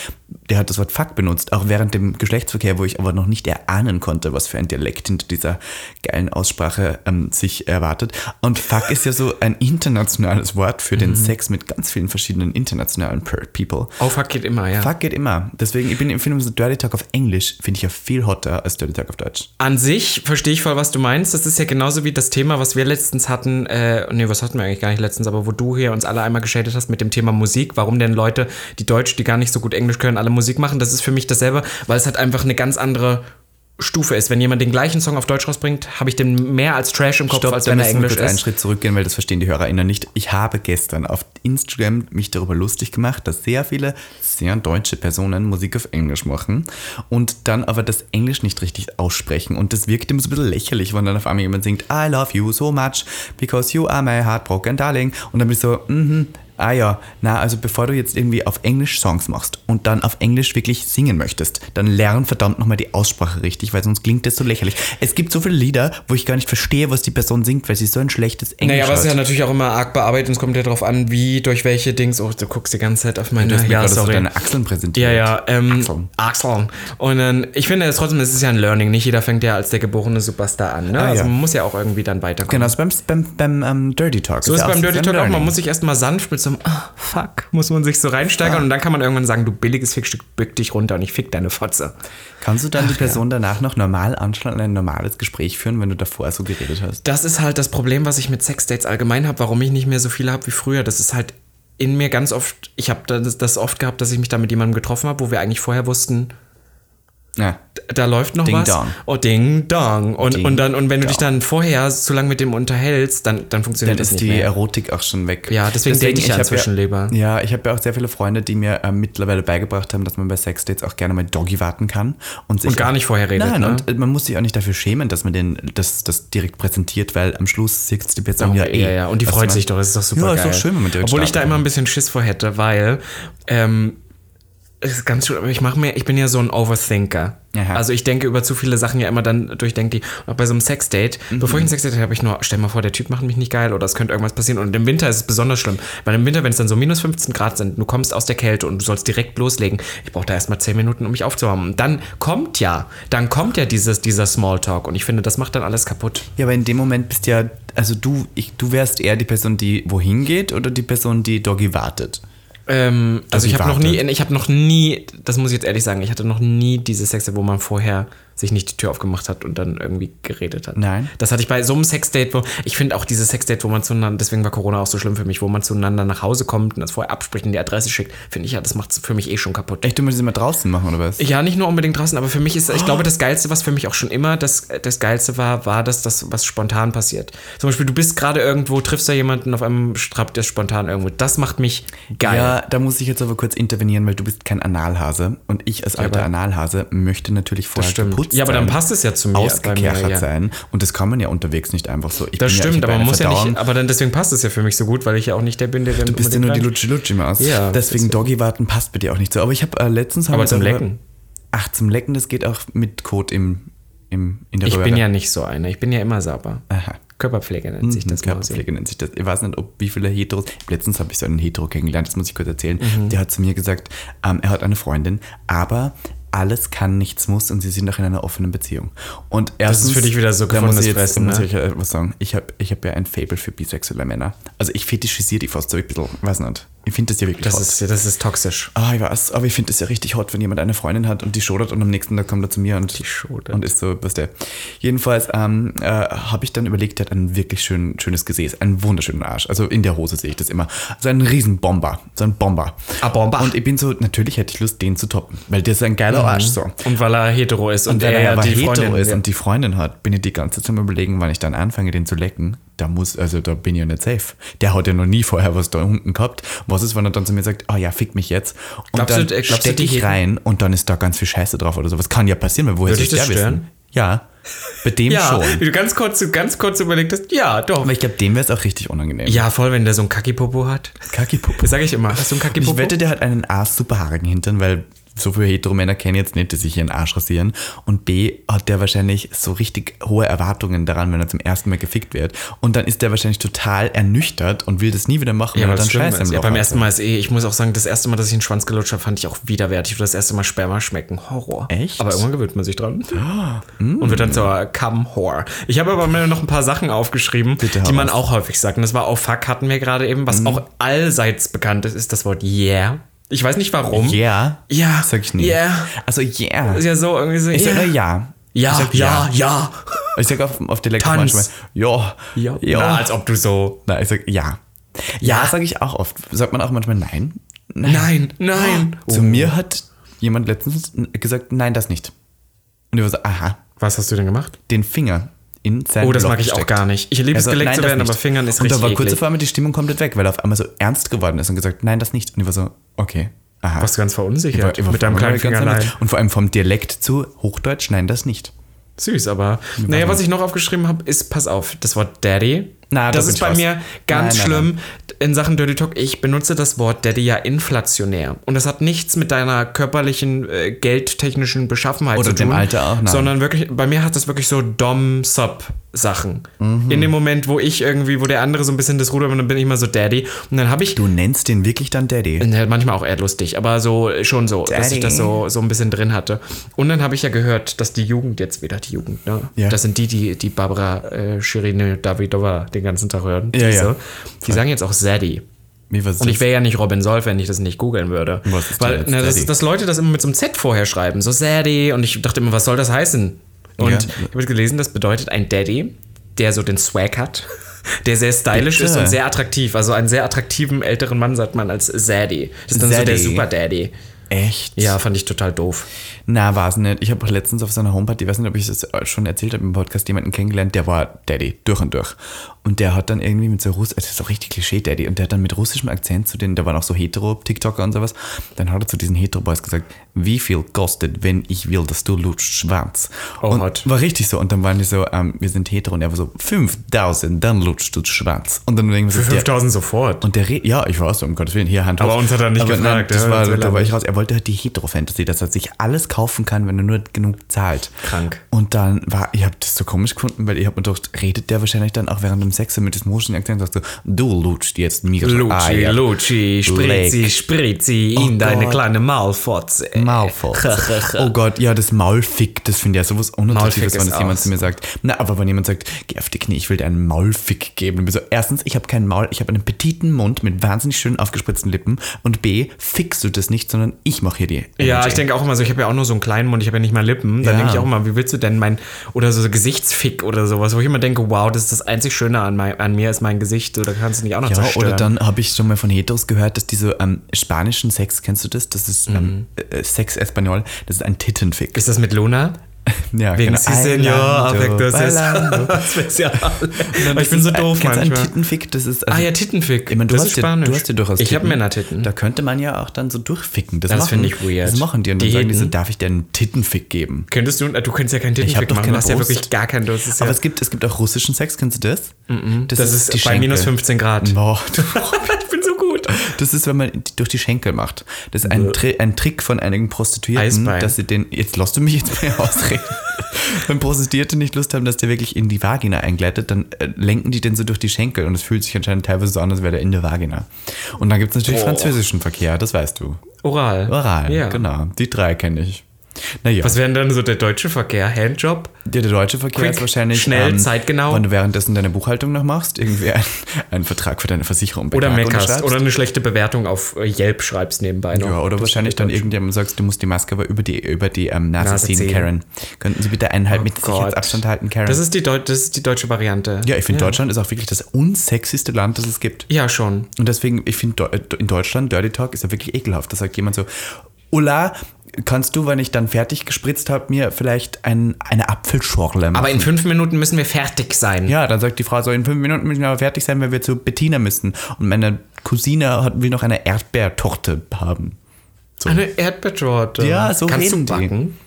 Speaker 2: der hat das Wort Fuck benutzt, auch während dem Geschlechtsverkehr, wo ich aber noch nicht erahnen konnte, was für ein Dialekt hinter dieser geilen Aussprache ähm, sich erwartet. Und Fuck ist ja so ein internationales Wort für den Sex mit ganz vielen verschiedenen internationalen Per- People.
Speaker 1: Oh fuck geht immer, ja.
Speaker 2: Fuck geht immer. Deswegen, ich bin im Film so Dirty Talk auf Englisch, finde ich ja viel hotter als Dirty Talk auf Deutsch.
Speaker 1: An sich verstehe ich voll, was du meinst. Das ist ja genauso wie das Thema, was wir letztens hatten. Äh, nee, was hatten wir eigentlich gar nicht letztens, aber wo du hier uns alle einmal geschädigt hast mit dem Thema Musik. Warum denn Leute, die Deutsch, die gar nicht so gut Englisch können, alle Musik machen? Das ist für mich dasselbe, weil es halt einfach eine ganz andere Stufe ist. Wenn jemand den gleichen Song auf Deutsch rausbringt, habe ich den mehr als Trash im Kopf, als
Speaker 2: da
Speaker 1: wenn er
Speaker 2: müssen wir
Speaker 1: Englisch
Speaker 2: kurz einen
Speaker 1: ist.
Speaker 2: Schritt zurückgehen, weil das verstehen die HörerInnen nicht. Ich habe gestern auf Instagram mich darüber lustig gemacht, dass sehr viele sehr deutsche Personen Musik auf Englisch machen und dann aber das Englisch nicht richtig aussprechen. Und das wirkt immer so ein bisschen lächerlich, wenn dann auf einmal jemand singt, I love you so much, because you are my heartbroken darling. Und dann bin ich so, mhm. Ah ja, na, also bevor du jetzt irgendwie auf Englisch Songs machst und dann auf Englisch wirklich singen möchtest, dann lern verdammt nochmal die Aussprache richtig, weil sonst klingt das so lächerlich. Es gibt so viele Lieder, wo ich gar nicht verstehe, was die Person singt, weil sie so ein schlechtes Englisch
Speaker 1: Naja, aber es ist ja
Speaker 2: hat.
Speaker 1: natürlich auch immer arg bearbeitet und es kommt ja darauf an, wie, durch welche Dings. Oh, du guckst die ganze Zeit auf meine
Speaker 2: Du hast mir
Speaker 1: ja,
Speaker 2: gerade so
Speaker 1: sorry.
Speaker 2: deine Achseln präsentiert.
Speaker 1: Ja, ja. Ähm,
Speaker 2: Achseln.
Speaker 1: Axel. Und dann, ich finde es trotzdem, es ist ja ein Learning. Nicht jeder fängt ja als der geborene Superstar an. Ne?
Speaker 2: Ah,
Speaker 1: also
Speaker 2: ja.
Speaker 1: man muss ja auch irgendwie dann weiterkommen.
Speaker 2: Genau, so beim, beim, beim ähm, Dirty Talk.
Speaker 1: So ist
Speaker 2: ja
Speaker 1: beim
Speaker 2: auch
Speaker 1: Dirty
Speaker 2: ein
Speaker 1: Talk auch. Man
Speaker 2: Learning.
Speaker 1: muss sich erstmal sanft mit so einem ah, Fuck, muss man sich so reinsteigern und dann kann man irgendwann sagen, du billiges Fickstück, bück dich runter und ich fick deine Fotze.
Speaker 2: Kannst du dann die Person danach noch normal anschauen und ein normales Gespräch führen, wenn du davor so geredet hast?
Speaker 1: Das ist halt das Problem, was ich mit Sexdates allgemein habe, warum ich nicht mehr so viele habe wie früher. Das ist halt in mir ganz oft, ich habe das, das oft gehabt, dass ich mich da mit jemandem getroffen habe, wo wir eigentlich vorher wussten,
Speaker 2: Ja.
Speaker 1: da läuft noch
Speaker 2: Ding
Speaker 1: was.
Speaker 2: dong.
Speaker 1: Oh, ding dong. Und,
Speaker 2: Ding
Speaker 1: und, dann, und wenn du dich
Speaker 2: dong.
Speaker 1: dann vorher zu lange mit dem unterhältst, dann, dann funktioniert
Speaker 2: dann
Speaker 1: das
Speaker 2: ist
Speaker 1: nicht
Speaker 2: die
Speaker 1: mehr.
Speaker 2: Erotik auch schon weg.
Speaker 1: Ja, deswegen date ich ja
Speaker 2: hab
Speaker 1: inzwischen lieber.
Speaker 2: Ja, ich habe ja auch sehr viele Freunde, die mir ähm, mittlerweile beigebracht haben, dass man bei Sexdates auch gerne mal Doggy warten kann. Und, sich
Speaker 1: Und gar nicht vorher redet,
Speaker 2: Nein,
Speaker 1: ne?
Speaker 2: und äh, man muss sich auch nicht dafür schämen, dass man den, das, das direkt präsentiert, weil am Schluss sitzt die Person ja eh.
Speaker 1: Oh, ja, ja. Und die
Speaker 2: Weißt
Speaker 1: freut
Speaker 2: du,
Speaker 1: sich doch. Das ist doch super
Speaker 2: Ja,
Speaker 1: geil.
Speaker 2: ist doch schön, wenn man direkt
Speaker 1: Obwohl ich da
Speaker 2: starten
Speaker 1: immer ein bisschen Schiss vor hätte, weil ähm, es ist ganz schön, aber ich mache mir, ich bin ja so ein Overthinker.
Speaker 2: Aha.
Speaker 1: Also ich denke über zu viele Sachen ja immer dann durchdenke die. Und auch bei so einem Sexdate,
Speaker 2: Mhm.
Speaker 1: bevor ich ein Sexdate habe, habe ich nur, stell mal vor, der Typ macht mich nicht geil oder es könnte irgendwas passieren. Und im Winter ist es besonders schlimm, weil im Winter, wenn es dann so minus 15 Grad sind, du kommst aus der Kälte und du sollst direkt loslegen. Ich brauche da erstmal 10 Minuten, um mich aufzuwärmen. Und dann kommt ja, dann kommt ja dieses, dieser Smalltalk und ich finde, das macht dann alles kaputt.
Speaker 2: Ja, aber in dem Moment bist ja, also du, ich, du wärst eher die Person, die wohin geht oder die Person, die Doggy wartet.
Speaker 1: Ähm, also
Speaker 2: die
Speaker 1: ich habe noch
Speaker 2: wartet.
Speaker 1: nie, ich habe noch nie, das muss ich jetzt ehrlich sagen, ich hatte noch nie diese Sexe, wo man vorher sich nicht die Tür aufgemacht hat und dann irgendwie geredet hat.
Speaker 2: Nein.
Speaker 1: Das hatte ich bei so einem Sexdate, wo ich finde auch dieses Sexdate, wo man zueinander, deswegen war Corona auch so schlimm für mich, wo man zueinander nach Hause kommt und das vorher abspricht und die Adresse schickt, finde ich ja, das macht es für mich eh schon kaputt.
Speaker 2: Echt, du möchtest immer draußen machen, oder was?
Speaker 1: Ja, nicht nur unbedingt draußen, aber für mich ist, ich glaube, das Geilste, was für mich auch schon immer das, das Geilste war, war das, das, was spontan passiert. Zum Beispiel, du bist gerade irgendwo, triffst da jemanden, auf einem strappt der spontan irgendwo. Das macht mich geil.
Speaker 2: Ja, da muss ich jetzt aber kurz intervenieren, weil du bist kein Analhase und ich als alter
Speaker 1: aber-
Speaker 2: Analhase möchte natürlich vorher
Speaker 1: stimmt.
Speaker 2: geputzt
Speaker 1: Ja, aber dann
Speaker 2: sein,
Speaker 1: passt es ja zu mir,
Speaker 2: ausgekehrt
Speaker 1: bei mir, ja.
Speaker 2: sein und das kann man ja unterwegs nicht einfach so. Ich
Speaker 1: Das
Speaker 2: bin ja- ich
Speaker 1: stimmt,
Speaker 2: hab
Speaker 1: aber man
Speaker 2: eine
Speaker 1: muss ja
Speaker 2: Verdauung.
Speaker 1: nicht, aber dann deswegen passt es ja für mich so gut, weil ich ja auch nicht der bin, der dann. Du
Speaker 2: bist ja nur die Lutschi-Lutschi-Maus.
Speaker 1: Ja,
Speaker 2: deswegen Doggy warten passt bei dir auch nicht so. Aber ich habe äh, letztens... haben
Speaker 1: Aber
Speaker 2: wir
Speaker 1: zum
Speaker 2: darüber-
Speaker 1: Lecken.
Speaker 2: Ach, zum Lecken, das geht auch mit Kot im, im, in der
Speaker 1: Ich
Speaker 2: Röhre.
Speaker 1: bin ja nicht so einer. Ich bin ja immer sauber.
Speaker 2: Aha.
Speaker 1: Körperpflege nennt sich das. Körperpflege.
Speaker 2: Ah. Mhm, Körperpflege nennt sich das. Ich weiß nicht, ob wie viele Heteros. Letztens habe ich so einen Hetero kennengelernt, das muss ich kurz erzählen.
Speaker 1: Mhm.
Speaker 2: Der hat zu mir gesagt, ähm, er hat eine Freundin, aber alles kann, nichts muss und sie sind auch in einer offenen Beziehung. Und erstens,
Speaker 1: ist für dich wieder so
Speaker 2: da muss
Speaker 1: gefundenes
Speaker 2: ich jetzt,
Speaker 1: Fressen,
Speaker 2: muss
Speaker 1: ne?
Speaker 2: ich äh, was sagen. Ich habe ich hab ja ein Fable für bisexuelle Männer. Also ich fetischisiere die fast so ein bisschen, weiß nicht. Ich finde das ja wirklich
Speaker 1: Das
Speaker 2: hot.
Speaker 1: ist, das ist toxisch.
Speaker 2: Ah, ich weiß, aber ich finde es ja richtig hot, wenn jemand eine Freundin hat und die schodert und am nächsten Tag kommt er zu mir und, die
Speaker 1: schodert.
Speaker 2: und ist so, was der. Jedenfalls ähm, äh, habe ich dann überlegt, der hat ein wirklich schön, schönes Gesäß, einen wunderschönen Arsch. Also in der Hose sehe ich das immer. So ein Riesenbomber, so ein Bomber.
Speaker 1: Ein Ah, Bomber. Mhm.
Speaker 2: Und ich bin so, natürlich hätte ich Lust, den zu toppen, weil der ist ein geiler Arsch so.
Speaker 1: Und weil er hetero ist und,
Speaker 2: Und
Speaker 1: er
Speaker 2: wenn er
Speaker 1: ja
Speaker 2: aber
Speaker 1: die
Speaker 2: hetero
Speaker 1: Freundin
Speaker 2: ist und die Freundin hat, bin ich die ganze Zeit am überlegen, wann ich dann anfange, den zu lecken. Da muss, also da bin ich ja nicht safe. Der hat ja noch nie vorher was da unten gehabt. Was ist, wenn er dann zu mir sagt, ah ja, fick mich jetzt. Und
Speaker 1: Glaubst
Speaker 2: dann
Speaker 1: du, äh, glaubst du,
Speaker 2: stecke
Speaker 1: die
Speaker 2: ich
Speaker 1: Heten-
Speaker 2: rein und dann ist da ganz viel Scheiße drauf oder sowas. Kann ja passieren, weil woher soll
Speaker 1: dich
Speaker 2: ich das
Speaker 1: das
Speaker 2: wissen?
Speaker 1: stören?
Speaker 2: Ja, bei dem
Speaker 1: ja,
Speaker 2: schon.
Speaker 1: wie du ganz kurz, so ganz kurz überlegt hast, ja, doch.
Speaker 2: Aber ich glaube, dem wäre es auch richtig unangenehm.
Speaker 1: Ja, voll, wenn der so ein Kackipopo hat.
Speaker 2: Kackipuppe.
Speaker 1: Das sage ich immer. Hast du ein
Speaker 2: Und
Speaker 1: Kackipopo?
Speaker 2: Ich wette, der hat einen A, superhaarigen Hintern, weil so viele Heteromänner kennen jetzt nicht, dass sich ihren Arsch rasieren. Und B, hat der wahrscheinlich so richtig hohe Erwartungen daran, wenn er zum ersten Mal gefickt wird. Und dann ist der wahrscheinlich total ernüchtert und will das nie wieder machen,
Speaker 1: Ja, aber
Speaker 2: weil er dann
Speaker 1: das Schlimme
Speaker 2: Scheiße im
Speaker 1: ist, ja,
Speaker 2: Loch
Speaker 1: beim
Speaker 2: hat.
Speaker 1: ersten Mal ist eh, ich muss auch sagen, das erste Mal, dass ich einen Schwanz gelutscht habe, fand ich auch widerwärtig. Oder das erste Mal Sperma schmecken. Horror.
Speaker 2: Echt?
Speaker 1: Aber irgendwann gewöhnt man sich dran. Und wird dann zur Cum-Whore. Ich habe aber mir noch ein paar Sachen aufgeschrieben,
Speaker 2: Bitte hau
Speaker 1: die man
Speaker 2: raus. Mhm.
Speaker 1: auch häufig sagt. Und das war auch Fuck hatten wir gerade eben. Was auch allseits bekannt ist, ist das Wort Yeah. Ich weiß nicht warum.
Speaker 2: Yeah.
Speaker 1: Ja.
Speaker 2: Sag ich nie.
Speaker 1: Yeah.
Speaker 2: Also yeah.
Speaker 1: Ist ja so irgendwie so.
Speaker 2: Ich
Speaker 1: yeah.
Speaker 2: sage ja.
Speaker 1: Ja,
Speaker 2: ich sag
Speaker 1: ja, ja,
Speaker 2: Ich sage auf, auf Dialekt
Speaker 1: Tanz.
Speaker 2: manchmal, ja,
Speaker 1: Ja. Na, als ob du so.
Speaker 2: Nein, ich sage ja. Ja, sage ich auch oft. Sagt man auch manchmal nein? Ah.
Speaker 1: Nein, nein. Oh.
Speaker 2: Zu mir hat jemand letztens gesagt, nein, das nicht. Und ich war so, aha,
Speaker 1: Was hast du denn gemacht?
Speaker 2: den Finger in sein
Speaker 1: Oh, das
Speaker 2: Loch
Speaker 1: mag ich
Speaker 2: gesteckt.
Speaker 1: auch gar nicht. Ich liebe es,
Speaker 2: Also,
Speaker 1: geleckt
Speaker 2: nein,
Speaker 1: zu
Speaker 2: das
Speaker 1: werden,
Speaker 2: nicht.
Speaker 1: aber Fingern ist
Speaker 2: und
Speaker 1: richtig
Speaker 2: Und da war kurz
Speaker 1: eklig.
Speaker 2: vor allem die Stimmung komplett weg, weil er auf einmal so ernst geworden ist und gesagt, nein, das nicht. Und ich war so, okay, aha.
Speaker 1: Warst du ganz
Speaker 2: Ich war-
Speaker 1: verunsichert
Speaker 2: ich war
Speaker 1: mit deinem
Speaker 2: vor allem
Speaker 1: kleinen
Speaker 2: ganz
Speaker 1: Fingerlein.
Speaker 2: anders. Und vor allem vom Dialekt zu Hochdeutsch, nein, das nicht.
Speaker 1: Süß, aber. Naja, was ich noch aufgeschrieben habe, ist, pass auf, das Wort Daddy.
Speaker 2: Na, da
Speaker 1: das
Speaker 2: bin
Speaker 1: ist
Speaker 2: ich
Speaker 1: bei
Speaker 2: raus.
Speaker 1: mir ganz
Speaker 2: Nein, nein,
Speaker 1: schlimm in Sachen Dirty Talk. Ich benutze das Wort Daddy ja inflationär. Und das hat nichts mit deiner körperlichen, äh, geldtechnischen Beschaffenheit
Speaker 2: Oder
Speaker 1: zu tun.
Speaker 2: dem Alter auch, nein.
Speaker 1: Sondern wirklich, bei mir hat das wirklich so Dom-Sub-Sachen.
Speaker 2: Mhm.
Speaker 1: In dem Moment, wo ich irgendwie, wo der andere so ein bisschen das Ruder, und dann bin ich immer so Daddy. Und dann habe ich
Speaker 2: Du nennst den wirklich dann Daddy.
Speaker 1: Ja, halt manchmal auch eher lustig, aber so äh, schon so, dass
Speaker 2: Daddy.
Speaker 1: ich das so, so ein bisschen drin hatte. Und dann habe ich ja gehört, dass die Jugend jetzt wieder die Jugend, ne?
Speaker 2: Ja.
Speaker 1: Das sind die, die, die Barbara äh, Schirine Davidova den ganzen Tag hören.
Speaker 2: Ja,
Speaker 1: die,
Speaker 2: ja.
Speaker 1: die sagen jetzt auch Zaddy.
Speaker 2: Wie war es
Speaker 1: Und ich wäre ja nicht Robin Solf, wenn ich das nicht googeln würde.
Speaker 2: Was ist denn
Speaker 1: Weil,
Speaker 2: jetzt
Speaker 1: na, das,
Speaker 2: Zaddy?
Speaker 1: dass Leute das immer mit so einem Z vorher schreiben, so Zaddy. Und ich dachte immer, was soll das heißen? Und
Speaker 2: Ja.
Speaker 1: ich habe gelesen, das bedeutet ein Daddy, der so den Swag hat, der sehr stylisch
Speaker 2: Bitte?
Speaker 1: ist und sehr attraktiv. Also einen sehr attraktiven älteren Mann sagt man als Zaddy. Das ist dann so der
Speaker 2: Zaddy.
Speaker 1: Super Daddy.
Speaker 2: Echt?
Speaker 1: Ja, fand ich total doof.
Speaker 2: Na, war es nicht. Ich habe auch letztens auf so einer Homeparty, ich weiß nicht, ob ich das schon erzählt habe im Podcast, jemanden kennengelernt, der war Daddy, durch und durch. Und der hat dann irgendwie mit so Russ, das ist auch richtig Klischee-Daddy, und der hat dann mit russischem Akzent zu den, da waren auch so Hetero-TikToker und sowas, dann hat er zu diesen Hetero-Boys gesagt, wie viel kostet, wenn ich will, dass du lutscht Schwanz?
Speaker 1: Oh,
Speaker 2: und
Speaker 1: hot.
Speaker 2: war richtig so. Und dann waren die so, ähm, wir sind Hetero, und er war so, 5000, dann lutscht du Schwanz. Und dann denken wir so, der,
Speaker 1: sofort.
Speaker 2: und der Re ja, ich war so, um Gottes Willen, hier Hand
Speaker 1: Aber
Speaker 2: hoch.
Speaker 1: uns hat er nicht
Speaker 2: Aber Nein,
Speaker 1: gefragt,
Speaker 2: das
Speaker 1: ja,
Speaker 2: war,
Speaker 1: das will
Speaker 2: da
Speaker 1: er
Speaker 2: war ich
Speaker 1: nicht.
Speaker 2: raus. Er wollte halt die Hetero-Fantasy, dass er sich alles kaufen kann, wenn er nur genug zahlt.
Speaker 1: Krank.
Speaker 2: Und dann war, ich habe das so komisch gefunden, weil ich habe mir gedacht, redet der wahrscheinlich dann auch während dem Sex so mit diesem russischen Akzent, sagst du, du lutscht jetzt mir
Speaker 1: Lutschi,
Speaker 2: Eier.
Speaker 1: Lutschi, Spritzi,
Speaker 2: Ah, Leck.
Speaker 1: Spritzi in
Speaker 2: Oh
Speaker 1: deine
Speaker 2: Gott.
Speaker 1: kleine Maulfotze.
Speaker 2: Maulfotz. oh Gott, ja, das Maulfick, das finde ich ja sowas
Speaker 1: Maulfick
Speaker 2: Unattraktives, wenn
Speaker 1: ist
Speaker 2: das jemand
Speaker 1: auch
Speaker 2: zu mir sagt. Na, aber wenn jemand sagt, geh auf die Knie, ich will dir einen Maulfick geben. Dann bin ich so, erstens, ich habe keinen Maul, ich habe einen petiten Mund mit wahnsinnig schön aufgespritzten Lippen und B, fickst du das nicht, sondern ich mache hier die.
Speaker 1: Ja,
Speaker 2: Energy.
Speaker 1: ich denke auch immer so, ich habe ja auch nur so einen kleinen Mund, ich habe ja nicht mal Lippen. Dann
Speaker 2: Ja.
Speaker 1: denke ich auch immer, wie willst du denn mein, oder so Gesichtsfick oder sowas, wo ich immer denke, wow, das ist das einzig Schöne an, mein, an mir, ist mein Gesicht. Oder kannst du nicht auch noch
Speaker 2: Ja,
Speaker 1: zerstören.
Speaker 2: oder dann habe ich schon mal von Heteros gehört, dass diese ähm, spanischen Sex, kennst du das? Das ist ähm, äh, Sex Espanol, das ist ein Tittenfick.
Speaker 1: Ist Mhm. das mit Luna?
Speaker 2: ja,
Speaker 1: Wegen
Speaker 2: genau.
Speaker 1: Sie, Senor,
Speaker 2: Bailando,
Speaker 1: Affectus ist
Speaker 2: bailando.
Speaker 1: spezial.
Speaker 2: Das
Speaker 1: ich bin
Speaker 2: ist
Speaker 1: so
Speaker 2: ein-
Speaker 1: doof
Speaker 2: kennst
Speaker 1: manchmal.
Speaker 2: du einen Tittenfick, das ist also,
Speaker 1: ah ja, Tittenfick.
Speaker 2: Ich meine, du,
Speaker 1: das
Speaker 2: hast
Speaker 1: ist
Speaker 2: ja,
Speaker 1: Spanisch.
Speaker 2: du hast ja durchaus
Speaker 1: ich habe
Speaker 2: Titten.
Speaker 1: Männertitten.
Speaker 2: Da könnte man ja auch dann so durchficken. Das,
Speaker 1: Das
Speaker 2: machen-
Speaker 1: finde ich weird.
Speaker 2: Das machen die und dann
Speaker 1: Die
Speaker 2: sagen die so,
Speaker 1: Heten.
Speaker 2: darf ich dir einen Tittenfick geben?
Speaker 1: Könntest du, äh, du könntest ja keinen
Speaker 2: Ich hab
Speaker 1: Tittenfick
Speaker 2: doch
Speaker 1: machen,
Speaker 2: keine
Speaker 1: du hast ja
Speaker 2: Brust.
Speaker 1: wirklich gar keinen, du hast es ja.
Speaker 2: Aber es gibt, es gibt auch russischen Sex, kennst du das?
Speaker 1: das, ist, bei minus 15 Grad.
Speaker 2: Boah,
Speaker 1: ich bin so gut.
Speaker 2: das ist, wenn man die durch die Schenkel macht. Das ist ein, Tri ein Trick von einigen Prostituierten,
Speaker 1: Eisbein.
Speaker 2: dass sie den. Jetzt lass du mich jetzt mal ausreden. wenn Prostituierte nicht Lust haben, dass der wirklich in die Vagina eingleitet, dann äh, lenken die den so durch die Schenkel und es fühlt sich anscheinend teilweise so an, als wäre der in der Vagina. Und dann gibt es natürlich französischen Verkehr, das weißt du.
Speaker 1: Oral.
Speaker 2: Oral,
Speaker 1: ja.
Speaker 2: genau. Die drei kenne ich. Naja,
Speaker 1: Was wäre denn dann so der deutsche Verkehr? Handjob?
Speaker 2: der, der deutsche Verkehr
Speaker 1: Quick,
Speaker 2: ist wahrscheinlich
Speaker 1: schnell, zeitgenau.
Speaker 2: Wenn du währenddessen deine Buchhaltung noch machst, irgendwie ein- einen Vertrag für deine Versicherung bei
Speaker 1: Oder
Speaker 2: Merck
Speaker 1: meckerst?
Speaker 2: unterschreibst.
Speaker 1: Oder eine schlechte Bewertung auf äh, Yelp schreibst nebenbei noch.
Speaker 2: Ja, oder wahrscheinlich dann irgendjemandem sagst, du musst die Maske aber über die, über die ähm, Nase,
Speaker 1: Nase
Speaker 2: ziehen,
Speaker 1: ziehen. Oh
Speaker 2: Karen. Könnten Sie bitte eineinhalb mit
Speaker 1: Gott.
Speaker 2: Sicherheitsabstand halten, Karen?
Speaker 1: Das ist, die Deut das ist die deutsche Variante.
Speaker 2: ja, ich finde, Deutschland ist auch wirklich das unsexyste Land, das es gibt.
Speaker 1: Ja, schon.
Speaker 2: Und deswegen, ich finde, Deu- in Deutschland, Dirty Talk ist ja wirklich ekelhaft. Da sagt jemand so, Ulla, kannst du, wenn ich dann fertig gespritzt habe, mir vielleicht ein, eine Apfelschorle machen?
Speaker 1: Aber in fünf Minuten müssen wir fertig sein.
Speaker 2: ja, dann sagt die Frau so, in fünf Minuten müssen wir aber fertig sein, weil wir zu Bettina müssen. Und meine Cousine hat, will noch eine Erdbeertorte haben.
Speaker 1: Eine Erdbeertorte.
Speaker 2: Ja, so
Speaker 1: Kannst
Speaker 2: reden
Speaker 1: du
Speaker 2: die.
Speaker 1: backen?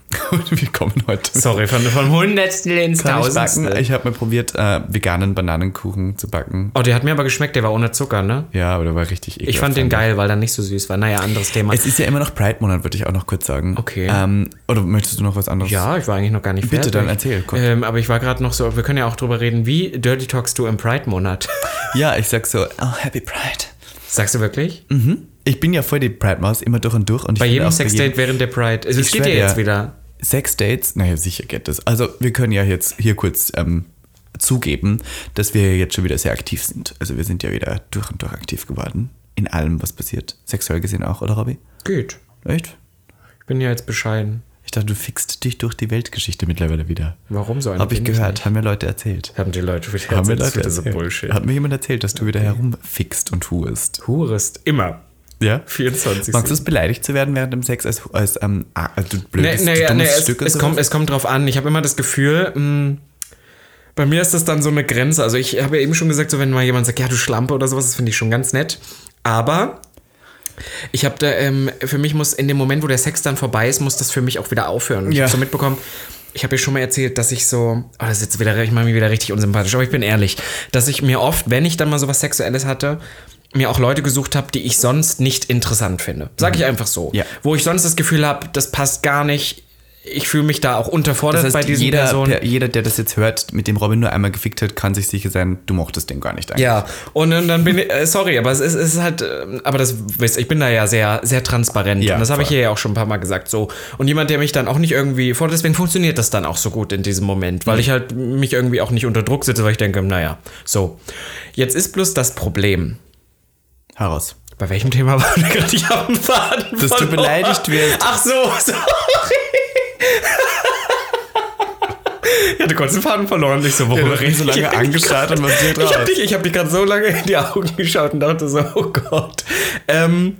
Speaker 2: Wir kommen heute.
Speaker 1: Sorry, von, vom Hundertstel ins
Speaker 2: Kann ich
Speaker 1: Tausendstel.
Speaker 2: backen? Ich habe mal probiert, äh, veganen Bananenkuchen zu backen.
Speaker 1: Oh, der hat mir aber geschmeckt, der war ohne Zucker, ne?
Speaker 2: Ja, aber der war richtig ekelhaft.
Speaker 1: Ich fand den geil, weil er nicht so süß war. Naja, anderes Thema.
Speaker 2: Es ist ja immer noch Pride-Monat, würde ich auch noch kurz sagen.
Speaker 1: Okay.
Speaker 2: Ähm, oder möchtest du noch was anderes?
Speaker 1: ja, ich war eigentlich noch gar nicht
Speaker 2: Bitte,
Speaker 1: fertig.
Speaker 2: dann erzähl, kurz.
Speaker 1: Ähm, aber ich war gerade noch so, wir können ja auch drüber reden, wie dirty talkst du im Pride-Monat?
Speaker 2: Ja, ich sag so, oh, Happy Pride.
Speaker 1: Sagst du wirklich?
Speaker 2: Mhm. Ich bin ja voll die Pride-Maus, immer durch und durch. Und ich
Speaker 1: Bei
Speaker 2: finde
Speaker 1: jedem
Speaker 2: auch
Speaker 1: Sexdate während der Pride. Also, es geht ja
Speaker 2: schwör dir.
Speaker 1: jetzt wieder.
Speaker 2: Sexdates, naja, sicher geht das. Also, wir können ja jetzt hier kurz ähm, zugeben, dass wir jetzt schon wieder sehr aktiv sind. Also, wir sind ja wieder durch und durch aktiv geworden. In allem, was passiert. Sexuell gesehen auch, oder, Robby?
Speaker 1: Geht.
Speaker 2: Echt?
Speaker 1: Ich bin ja jetzt bescheiden.
Speaker 2: Ich dachte, du fixst dich durch die Weltgeschichte mittlerweile wieder.
Speaker 1: Warum so eine
Speaker 2: Habe ich
Speaker 1: bin ich
Speaker 2: gehört, haben mir Leute erzählt.
Speaker 1: Haben die Leute wieder
Speaker 2: Haben mir
Speaker 1: erzählt, das
Speaker 2: Leute
Speaker 1: ist wieder so
Speaker 2: erzählt.
Speaker 1: Bullshit.
Speaker 2: Hat mir jemand erzählt, dass du wieder herumfixt und huest.
Speaker 1: Purist. Immer.
Speaker 2: Ja?
Speaker 1: 24.
Speaker 2: Magst du es beleidigt zu werden während dem Sex als, als ähm, ah, du
Speaker 1: Nee,
Speaker 2: blödes,
Speaker 1: nee,
Speaker 2: du
Speaker 1: nee,
Speaker 2: dummes
Speaker 1: es,
Speaker 2: Stück und
Speaker 1: es,
Speaker 2: sowas?
Speaker 1: kommt, es kommt drauf an. Ich habe immer das Gefühl, mh, bei mir ist das dann so eine Grenze. Also ich habe ja eben schon gesagt, so wenn mal jemand sagt, ja, du Schlampe oder sowas, das finde ich schon ganz nett. Aber ich habe da, ähm, für mich muss in dem Moment, wo der Sex dann vorbei ist, muss das für mich auch wieder aufhören. Und Ich
Speaker 2: Ja.
Speaker 1: habe so mitbekommen, ich habe ja schon mal erzählt, dass ich so, oh, das ist jetzt wieder, ich mache mich wieder richtig unsympathisch, aber ich bin ehrlich, dass ich mir oft, wenn ich dann mal sowas Sexuelles hatte, mir auch Leute gesucht habe, die ich sonst nicht interessant finde. Sag ich einfach so.
Speaker 2: Mhm. Ja.
Speaker 1: Wo ich sonst das Gefühl habe, das passt gar nicht. Ich fühle mich da auch unterfordert
Speaker 2: das heißt,
Speaker 1: bei diesen
Speaker 2: jeder,
Speaker 1: Personen.
Speaker 2: per- jeder, der das jetzt hört, mit dem Robin nur einmal gefickt hat, kann sich sicher sein, du mochtest den gar nicht eigentlich.
Speaker 1: Ja, und dann, dann bin ich, äh, sorry, aber es ist, es ist halt, ähm, aber das, wisst ihr, ich bin da ja sehr, sehr transparent.
Speaker 2: Ja,
Speaker 1: und das habe ich
Speaker 2: voll.
Speaker 1: hier ja auch schon ein paar Mal gesagt. So. Und jemand, der mich dann auch nicht irgendwie vor, deswegen funktioniert das dann auch so gut in diesem Moment,
Speaker 2: Mhm.
Speaker 1: weil ich halt mich irgendwie auch nicht unter Druck sitze, weil ich denke, naja, so. Jetzt ist bloß das Problem.
Speaker 2: Heraus.
Speaker 1: Bei welchem Thema waren wir gerade? Ich habe einen Faden.
Speaker 2: Dass du
Speaker 1: verloren.
Speaker 2: beleidigt wirst.
Speaker 1: Ach so, sorry. Ja, du konntest den Faden verloren. Ich so, worüber
Speaker 2: Ich bin so lange
Speaker 1: ich?
Speaker 2: angestarrt und was geht
Speaker 1: Ich habe
Speaker 2: raus?
Speaker 1: dich, ich hab dich gerade so lange in die Augen geschaut und dachte so, oh Gott. Ähm,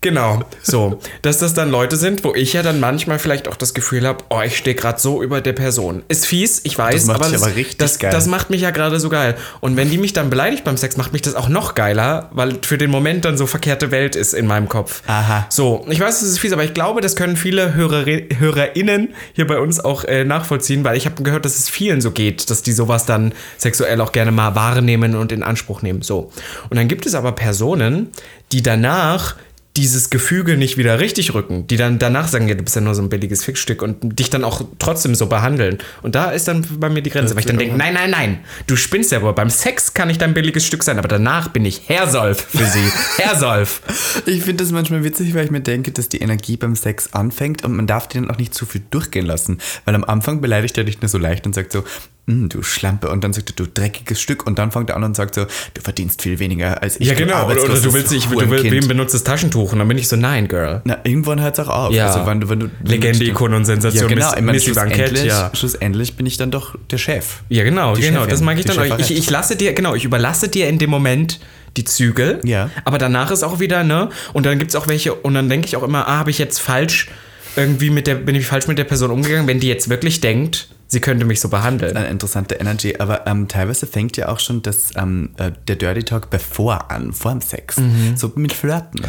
Speaker 1: genau, so. Dass das dann Leute sind, wo ich ja dann manchmal vielleicht auch das Gefühl habe, oh, ich stehe gerade so über der Person. Ist fies, ich weiß,
Speaker 2: macht
Speaker 1: aber,
Speaker 2: dich
Speaker 1: das,
Speaker 2: aber richtig
Speaker 1: das,
Speaker 2: geil.
Speaker 1: das macht mich ja gerade so geil. Und wenn die mich dann beleidigt beim Sex, macht mich das auch noch geiler, weil für den Moment dann so verkehrte Welt ist in meinem Kopf.
Speaker 2: Aha.
Speaker 1: So, ich weiß, das ist fies, aber ich glaube, das können viele Hörer, HörerInnen hier bei uns auch äh, nachvollziehen, weil ich habe gehört, dass es vielen so geht, dass die sowas dann sexuell auch gerne mal wahrnehmen und in Anspruch nehmen. So. Und dann gibt es aber Personen, die danach dieses Gefüge nicht wieder richtig rücken, die dann danach sagen, ja, du bist ja nur so ein billiges Fickstück und dich dann auch trotzdem so behandeln. Und da ist dann bei mir die Grenze, weil ich dann denke, nein, nein, nein, du spinnst ja wohl. Beim Sex kann ich dein billiges Stück sein, aber danach bin ich Hersolf für sie. Hersolf.
Speaker 2: Ich finde das manchmal witzig, weil ich mir denke, dass die Energie beim Sex anfängt und man darf die dann auch nicht zu viel durchgehen lassen. Weil am Anfang beleidigt er dich nur so leicht und sagt so, "Mm, du Schlampe. Und dann sagt er, du dreckiges Stück. Und dann fängt er an und sagt so, du verdienst viel weniger als ich.
Speaker 1: Ja,
Speaker 2: du
Speaker 1: genau. Oder, oder du
Speaker 2: arbeitsloses
Speaker 1: willst, ich, du willst,
Speaker 2: Hurenkind."
Speaker 1: wem benutzt das Taschentuch? Und dann bin ich so, nein, Girl.
Speaker 2: Na, irgendwann hört es auch auf.
Speaker 1: Ja.
Speaker 2: Also, wenn du, wenn du, wenn
Speaker 1: Legende,
Speaker 2: du-
Speaker 1: Ikone und Sensation,
Speaker 2: Ja, genau.
Speaker 1: Miss-
Speaker 2: Ich meine,
Speaker 1: Missy Bankett,
Speaker 2: schlussendlich,
Speaker 1: ja.
Speaker 2: schlussendlich bin ich dann doch der Chef.
Speaker 1: Ja, genau,
Speaker 2: Die
Speaker 1: genau.
Speaker 2: Chefin,
Speaker 1: das mag ich
Speaker 2: die
Speaker 1: dann auch. Ich,
Speaker 2: Cheferin.
Speaker 1: ich lasse dir, genau, ich überlasse dir in dem Moment die Zügel.
Speaker 2: Ja.
Speaker 1: Aber danach ist auch wieder, ne? Und dann gibt es auch welche, und dann denke ich auch immer, ah, habe ich jetzt falsch irgendwie mit der, bin ich falsch mit der Person umgegangen, wenn die jetzt wirklich denkt, sie könnte mich so behandeln.
Speaker 2: Eine interessante Energy, aber ähm, teilweise fängt ja auch schon das, ähm, äh, der Dirty Talk bevor an, vor dem Sex. So mit Flirten.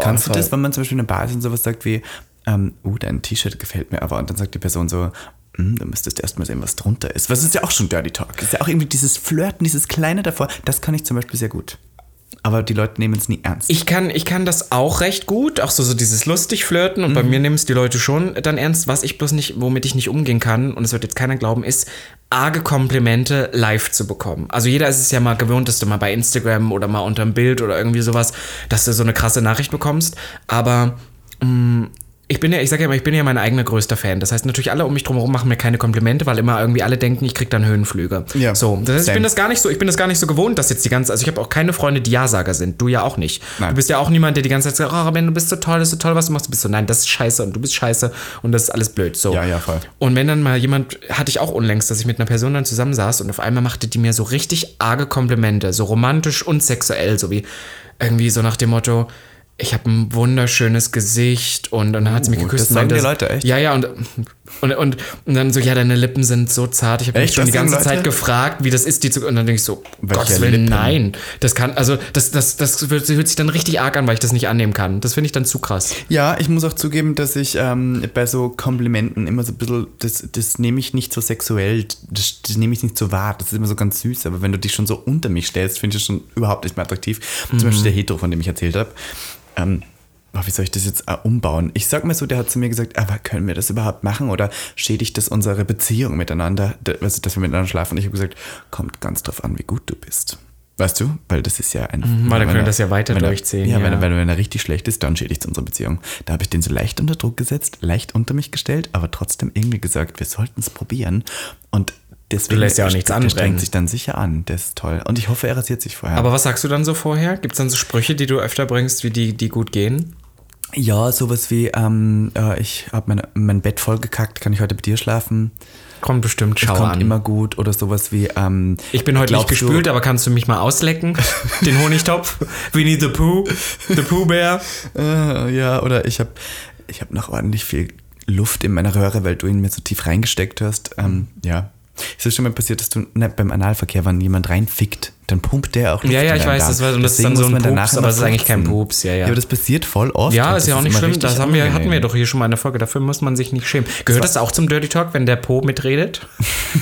Speaker 2: Kannst du
Speaker 1: voll.
Speaker 2: das, wenn man zum Beispiel in einer Bar ist und sowas sagt wie, ähm, uh, dein T-Shirt gefällt mir aber und dann sagt die Person so, "Hm, du müsstest erstmal sehen, was drunter ist. Was ist ja auch schon Dirty Talk. Ist ja auch irgendwie dieses Flirten, dieses Kleine davor, das kann ich zum Beispiel sehr gut. Aber die Leute nehmen es nie ernst.
Speaker 1: Ich kann, ich kann das auch recht gut, auch so, so dieses lustig flirten und
Speaker 2: Mhm.
Speaker 1: bei mir nehmen es die Leute schon dann ernst, was ich bloß nicht, womit ich nicht umgehen kann, und es wird jetzt keiner glauben, ist, arge Komplimente live zu bekommen. Also jeder ist es ja mal gewöhnt, dass du mal bei Instagram oder mal unterm Bild oder irgendwie sowas, dass du so eine krasse Nachricht bekommst, aber mh, ich bin ja, ich sage ja immer, ich bin ja mein eigener größter Fan. Das heißt natürlich, alle um mich drumherum machen mir keine Komplimente, weil immer irgendwie alle denken, ich krieg dann Höhenflüge.
Speaker 2: Ja,
Speaker 1: So, das heißt, ich bin
Speaker 2: same.
Speaker 1: das gar nicht so, ich bin das gar nicht so gewohnt, dass jetzt die ganze, also ich habe auch keine Freunde, die Ja-Sager sind. Du ja auch nicht.
Speaker 2: Nein.
Speaker 1: Du bist ja auch niemand, der die ganze Zeit sagt, oh, Robin, du bist so toll, das ist so toll, was du machst. Du bist so, nein, das ist scheiße und du bist scheiße und das ist alles blöd. So.
Speaker 2: Ja, ja, voll.
Speaker 1: Und wenn dann mal jemand, hatte ich auch unlängst, dass ich mit einer Person dann zusammensaß und auf einmal machte die mir so richtig arge Komplimente, so romantisch und sexuell, so wie irgendwie so nach dem Motto, ich habe ein wunderschönes Gesicht und, und dann hat sie mich
Speaker 2: Oh,
Speaker 1: geküsst.
Speaker 2: das
Speaker 1: und
Speaker 2: sagen
Speaker 1: meinte,
Speaker 2: die Leute, echt?
Speaker 1: Ja, ja, und, und, und, und dann so, ja, deine Lippen sind so zart. Ich habe mich
Speaker 2: Echt,
Speaker 1: schon
Speaker 2: das
Speaker 1: die ganze
Speaker 2: sagen Leute?
Speaker 1: Zeit gefragt, wie das ist, die zu. Und dann denke ich so,
Speaker 2: Welche
Speaker 1: Gottes Willen,
Speaker 2: Lippen?
Speaker 1: nein. Das kann, also, das, das, das wird, hört sich dann richtig arg an, weil ich das nicht annehmen kann. Das finde ich dann zu krass.
Speaker 2: Ja, ich muss auch zugeben, dass ich ähm, bei so Komplimenten immer so ein bisschen, das, das nehme ich nicht so sexuell, das, das nehme ich nicht so wahr, das ist immer so ganz süß, aber wenn du dich schon so unter mich stellst, finde ich das schon überhaupt nicht mehr attraktiv.
Speaker 1: Mhm.
Speaker 2: Zum Beispiel der Hetero, von dem ich erzählt habe. Ähm, oh, wie soll ich das jetzt äh, umbauen? Ich sag mal so, der hat zu mir gesagt, aber können wir das überhaupt machen oder schädigt das unsere Beziehung miteinander, d- also dass wir miteinander schlafen? Und ich habe gesagt, kommt ganz drauf an, wie gut du bist. Weißt du? Weil das ist ja ein.
Speaker 1: Mhm. weil dann
Speaker 2: wenn
Speaker 1: können
Speaker 2: er-
Speaker 1: das ja weiter
Speaker 2: wenn er-
Speaker 1: durchziehen,
Speaker 2: Ja, Wenn,
Speaker 1: ja.
Speaker 2: er- wenn, er- wenn er richtig schlecht ist, dann schädigt es unsere Beziehung. Da habe ich den so leicht unter Druck gesetzt, leicht unter mich gestellt, aber trotzdem irgendwie gesagt, wir sollten es probieren. Und deswegen.
Speaker 1: lässt ja auch nichts
Speaker 2: der
Speaker 1: anbrennen.
Speaker 2: strengt sich dann sicher an. Das ist toll. Und ich hoffe, er rasiert sich vorher.
Speaker 1: Aber was sagst du dann so vorher? Gibt es dann so Sprüche, die du öfter bringst, wie die, die gut gehen?
Speaker 2: ja, sowas wie, ähm, äh, ich habe mein, mein Bett vollgekackt, kann ich heute bei dir schlafen?
Speaker 1: Kommt bestimmt, schau
Speaker 2: Das kommt
Speaker 1: an.
Speaker 2: immer gut. Oder sowas wie, ähm,
Speaker 1: ich bin heute nicht
Speaker 2: glaubst du-
Speaker 1: gespült, aber kannst du mich mal auslecken? Den Honigtopf? Winnie the Pooh? The Pooh Bear?
Speaker 2: Äh, ja, oder ich habe ich hab noch ordentlich viel Luft in meiner Röhre, weil du ihn mir so tief reingesteckt hast. Ähm, ja. Ist das schon mal passiert, dass du ne, beim Analverkehr, wenn jemand reinfickt, dann pumpt der auch Luft
Speaker 1: Ja, ja,
Speaker 2: in
Speaker 1: ich
Speaker 2: deinen
Speaker 1: weiß,
Speaker 2: Darm.
Speaker 1: das war- und das ist
Speaker 2: Deswegen
Speaker 1: dann so
Speaker 2: muss
Speaker 1: ein
Speaker 2: man danach
Speaker 1: Pups,
Speaker 2: immer
Speaker 1: aber es ist eigentlich kein
Speaker 2: furzen.
Speaker 1: Pups, ja, ja.
Speaker 2: Ja, aber das passiert voll oft.
Speaker 1: Ja,
Speaker 2: und
Speaker 1: ist
Speaker 2: das
Speaker 1: ja auch nicht
Speaker 2: immer
Speaker 1: schlimm.
Speaker 2: richtig
Speaker 1: Das haben wir, hatten wir
Speaker 2: unangenehm.
Speaker 1: doch hier schon mal in der Folge. Dafür muss man sich nicht schämen. Gehört das, auch zum Dirty Talk, wenn der Po mitredet?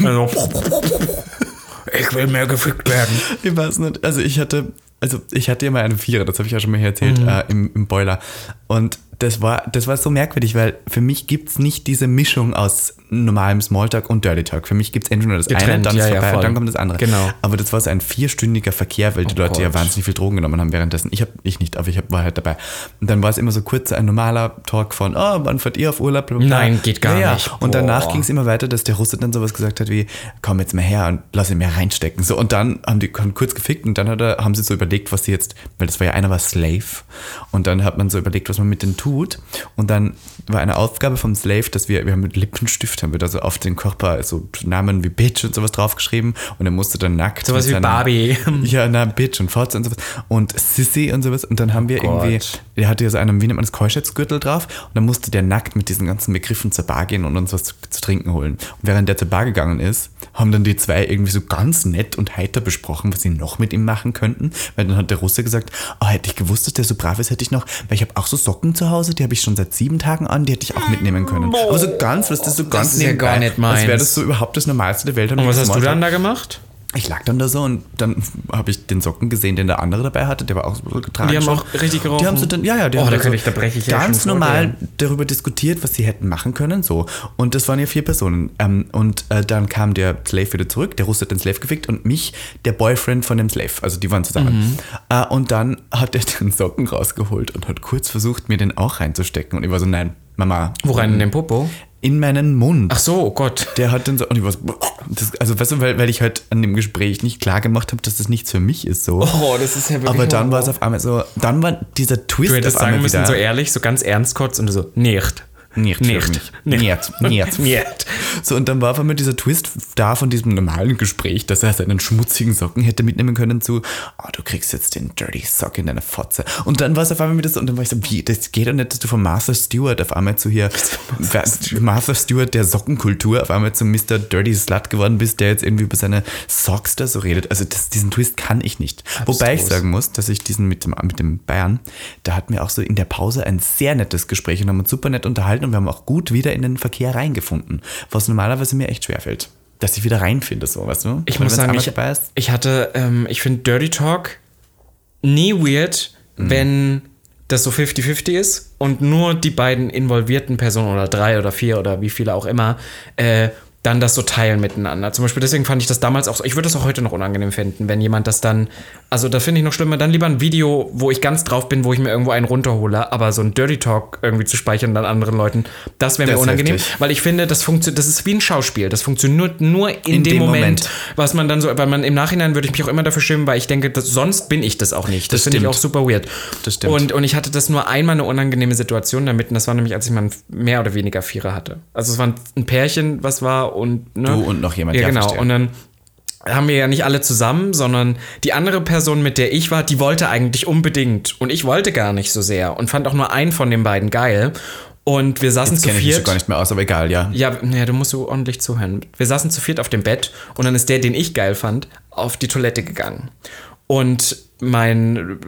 Speaker 1: Also, ich will mehr gefickt werden.
Speaker 2: Ich weiß nicht. Also ich hatte, also ich hatte ja mal eine Vierer, das habe ich ja schon mal hier erzählt,
Speaker 1: Mhm.
Speaker 2: äh, im, im Boiler. Und das war, das war so merkwürdig, weil für mich gibt es nicht diese Mischung aus normalem Smalltalk und Dirty Talk. Für mich gibt es entweder nur das eine,
Speaker 1: Getrennt,
Speaker 2: dann, ist
Speaker 1: ja, ja,
Speaker 2: vorbei, und
Speaker 1: voll.
Speaker 2: dann kommt das andere.
Speaker 1: Genau. Oh
Speaker 2: Aber das war so ein vierstündiger Verkehr, weil die Leute ja
Speaker 1: Gott.
Speaker 2: wahnsinnig viel Drogen genommen haben währenddessen. Ich habe ich nicht, aber ich hab, war halt dabei. Und dann war es immer so kurz ein normaler Talk von, oh, wann fährt ihr auf Urlaub? Bla, bla, bla.
Speaker 1: Nein, geht gar nicht.
Speaker 2: Und danach
Speaker 1: Boah.
Speaker 2: ging es immer weiter, dass der Russe dann sowas gesagt hat wie, komm jetzt mal her und lass ihn mir reinstecken. So, und dann haben die haben kurz gefickt und dann hat er, haben sie so überlegt, was sie jetzt, weil das war ja einer war Slave. Und dann hat man so überlegt, was man mit denen tut. Und dann war eine Aufgabe vom Slave, dass wir, wir haben mit Lippenstift, haben wir da so auf den Körper so Namen wie Bitch und sowas draufgeschrieben. Und er musste dann nackt.
Speaker 1: Sowas
Speaker 2: mit
Speaker 1: wie
Speaker 2: seiner-
Speaker 1: Barbie.
Speaker 2: Ja, na, Bitch und Fotze und sowas. Und Sissy und sowas. Und dann haben wir
Speaker 1: Oh Gott.
Speaker 2: irgendwie, der hatte ja so einen, wie nennt man das, Keuschheitsgürtel drauf. Und dann musste der nackt mit diesen ganzen Begriffen zur Bar gehen und uns was zu, zu trinken holen. Und während der zur Bar gegangen ist, haben dann die zwei irgendwie so ganz nett und heiter besprochen, was sie noch mit ihm machen könnten. Weil dann hat der Russe gesagt, oh, hätte ich gewusst, dass der so brav ist, hätte ich noch, weil ich habe auch so Socken zu Hause, die habe ich schon seit sieben Tagen an, die hätte ich auch mitnehmen können. Aber so ganz, was das so ganz
Speaker 1: ist ja
Speaker 2: nebenbei,
Speaker 1: gar nicht
Speaker 2: als wäre
Speaker 1: meins.
Speaker 2: das so überhaupt das Normalste der Welt.
Speaker 1: Und was hast du dann da gemacht?
Speaker 2: Ich lag dann da so und dann habe ich den Socken gesehen, den der andere dabei hatte, der war auch so getragen.
Speaker 1: Die haben
Speaker 2: schon.
Speaker 1: auch richtig gerochen?
Speaker 2: Die haben so dann, ja, ja, die
Speaker 1: Oh,
Speaker 2: haben
Speaker 1: da
Speaker 2: so
Speaker 1: könnte ich- da breche ich ja
Speaker 2: ganz
Speaker 1: schon
Speaker 2: normal
Speaker 1: Vorteile.
Speaker 2: darüber diskutiert, was sie hätten machen können, so. Und das waren ja vier Personen. Ähm, und äh, dann kam der Slave wieder zurück, der Russe hat den Slave gefickt und mich, der Boyfriend von dem Slave, also die waren
Speaker 1: Mhm.
Speaker 2: zusammen. Äh, und dann hat er den Socken rausgeholt und hat kurz versucht, mir den auch reinzustecken. Und ich war so, nein, Mama,
Speaker 1: Worein in den Popo?
Speaker 2: in meinen Mund.
Speaker 1: Ach so, oh Gott.
Speaker 2: Der hat dann so, und ich war so, Das, also, weißt du, weil, weil ich halt an dem Gespräch nicht klar gemacht habe, dass das nichts für mich ist so.
Speaker 1: Oh, das ist ja wirklich
Speaker 2: Aber dann
Speaker 1: horror.
Speaker 2: war es auf einmal so, dann war dieser Twist
Speaker 1: Du hättest
Speaker 2: auf einmal
Speaker 1: sagen müssen,
Speaker 2: wieder-
Speaker 1: so ehrlich, so ganz ernst kurz und so, nicht.
Speaker 2: Nicht,
Speaker 1: Nicht.
Speaker 2: für mich. Nicht, nicht.
Speaker 1: Nicht.
Speaker 2: So, und dann war auf einmal dieser Twist da von diesem normalen Gespräch, dass er seinen schmutzigen Socken hätte mitnehmen können zu, oh, du kriegst jetzt den Dirty Sock in deine Fotze. Und dann war es auf einmal wieder so, und dann war ich so, wie, das geht doch nicht, dass du von Martha Stewart auf einmal zu hier, Martha Stewart. der Sockenkultur, auf einmal zu Mr. Dirty Slut geworden bist, der jetzt irgendwie über seine Socks da so redet. Also das, diesen Twist kann ich nicht. Wobei ich
Speaker 1: Abstrus.
Speaker 2: sagen muss, dass ich diesen mit dem, mit dem Bayern, da hatten wir auch so in der Pause ein sehr nettes Gespräch und haben uns super nett unterhalten und wir haben auch gut wieder in den Verkehr reingefunden, was normalerweise mir echt schwerfällt. Dass ich wieder reinfinde, so, weißt du?
Speaker 1: Ich
Speaker 2: Weil
Speaker 1: muss
Speaker 2: wenn's
Speaker 1: sagen,
Speaker 2: einmal
Speaker 1: ich,
Speaker 2: dabei ist,
Speaker 1: ich hatte, ähm, ich finde Dirty Talk nie weird,
Speaker 2: Mhm.
Speaker 1: wenn das so 50-50 ist und nur die beiden involvierten Personen oder drei oder vier oder wie viele auch immer, äh, dann das so teilen miteinander. Zum Beispiel deswegen fand ich das damals auch so, ich würde das auch heute noch unangenehm finden, wenn jemand das dann, also da finde ich noch schlimmer, dann lieber ein Video, wo ich ganz drauf bin, wo ich mir irgendwo einen runterhole, aber so ein Dirty Talk irgendwie zu speichern und dann anderen Leuten, das wäre mir
Speaker 2: Das ist
Speaker 1: unangenehm,
Speaker 2: heftig.
Speaker 1: weil ich finde, das funktioniert, das ist wie ein Schauspiel, das funktioniert nur in, dem,
Speaker 2: dem
Speaker 1: Moment,
Speaker 2: Moment.
Speaker 1: was man dann so, weil man im Nachhinein würde ich mich auch immer dafür schämen, weil ich denke, das, sonst bin ich das auch nicht. Das,
Speaker 2: Das
Speaker 1: finde ich
Speaker 2: stimmt.
Speaker 1: auch super weird.
Speaker 2: Das stimmt.
Speaker 1: Und, und ich hatte das nur einmal eine unangenehme Situation damit, und das war nämlich, als ich mal einen mehr oder weniger Vierer hatte. Also es war ein- ein Pärchen, was war und ne?
Speaker 2: Du und noch jemand,
Speaker 1: Ja,
Speaker 2: ja,
Speaker 1: genau.
Speaker 2: verstehe.
Speaker 1: Und dann haben wir ja nicht alle zusammen, sondern die andere Person, mit der ich war, die wollte eigentlich unbedingt und ich wollte gar nicht so sehr und fand auch nur einen von den beiden geil. Und wir saßen
Speaker 2: das
Speaker 1: zu
Speaker 2: kenne ich mich schon
Speaker 1: viert.
Speaker 2: gar nicht mehr aus, aber egal, ja.
Speaker 1: Ja, naja, du musst so ordentlich zuhören. Wir saßen zu viert auf dem Bett und dann ist der, den ich geil fand, auf die Toilette gegangen. Und mein,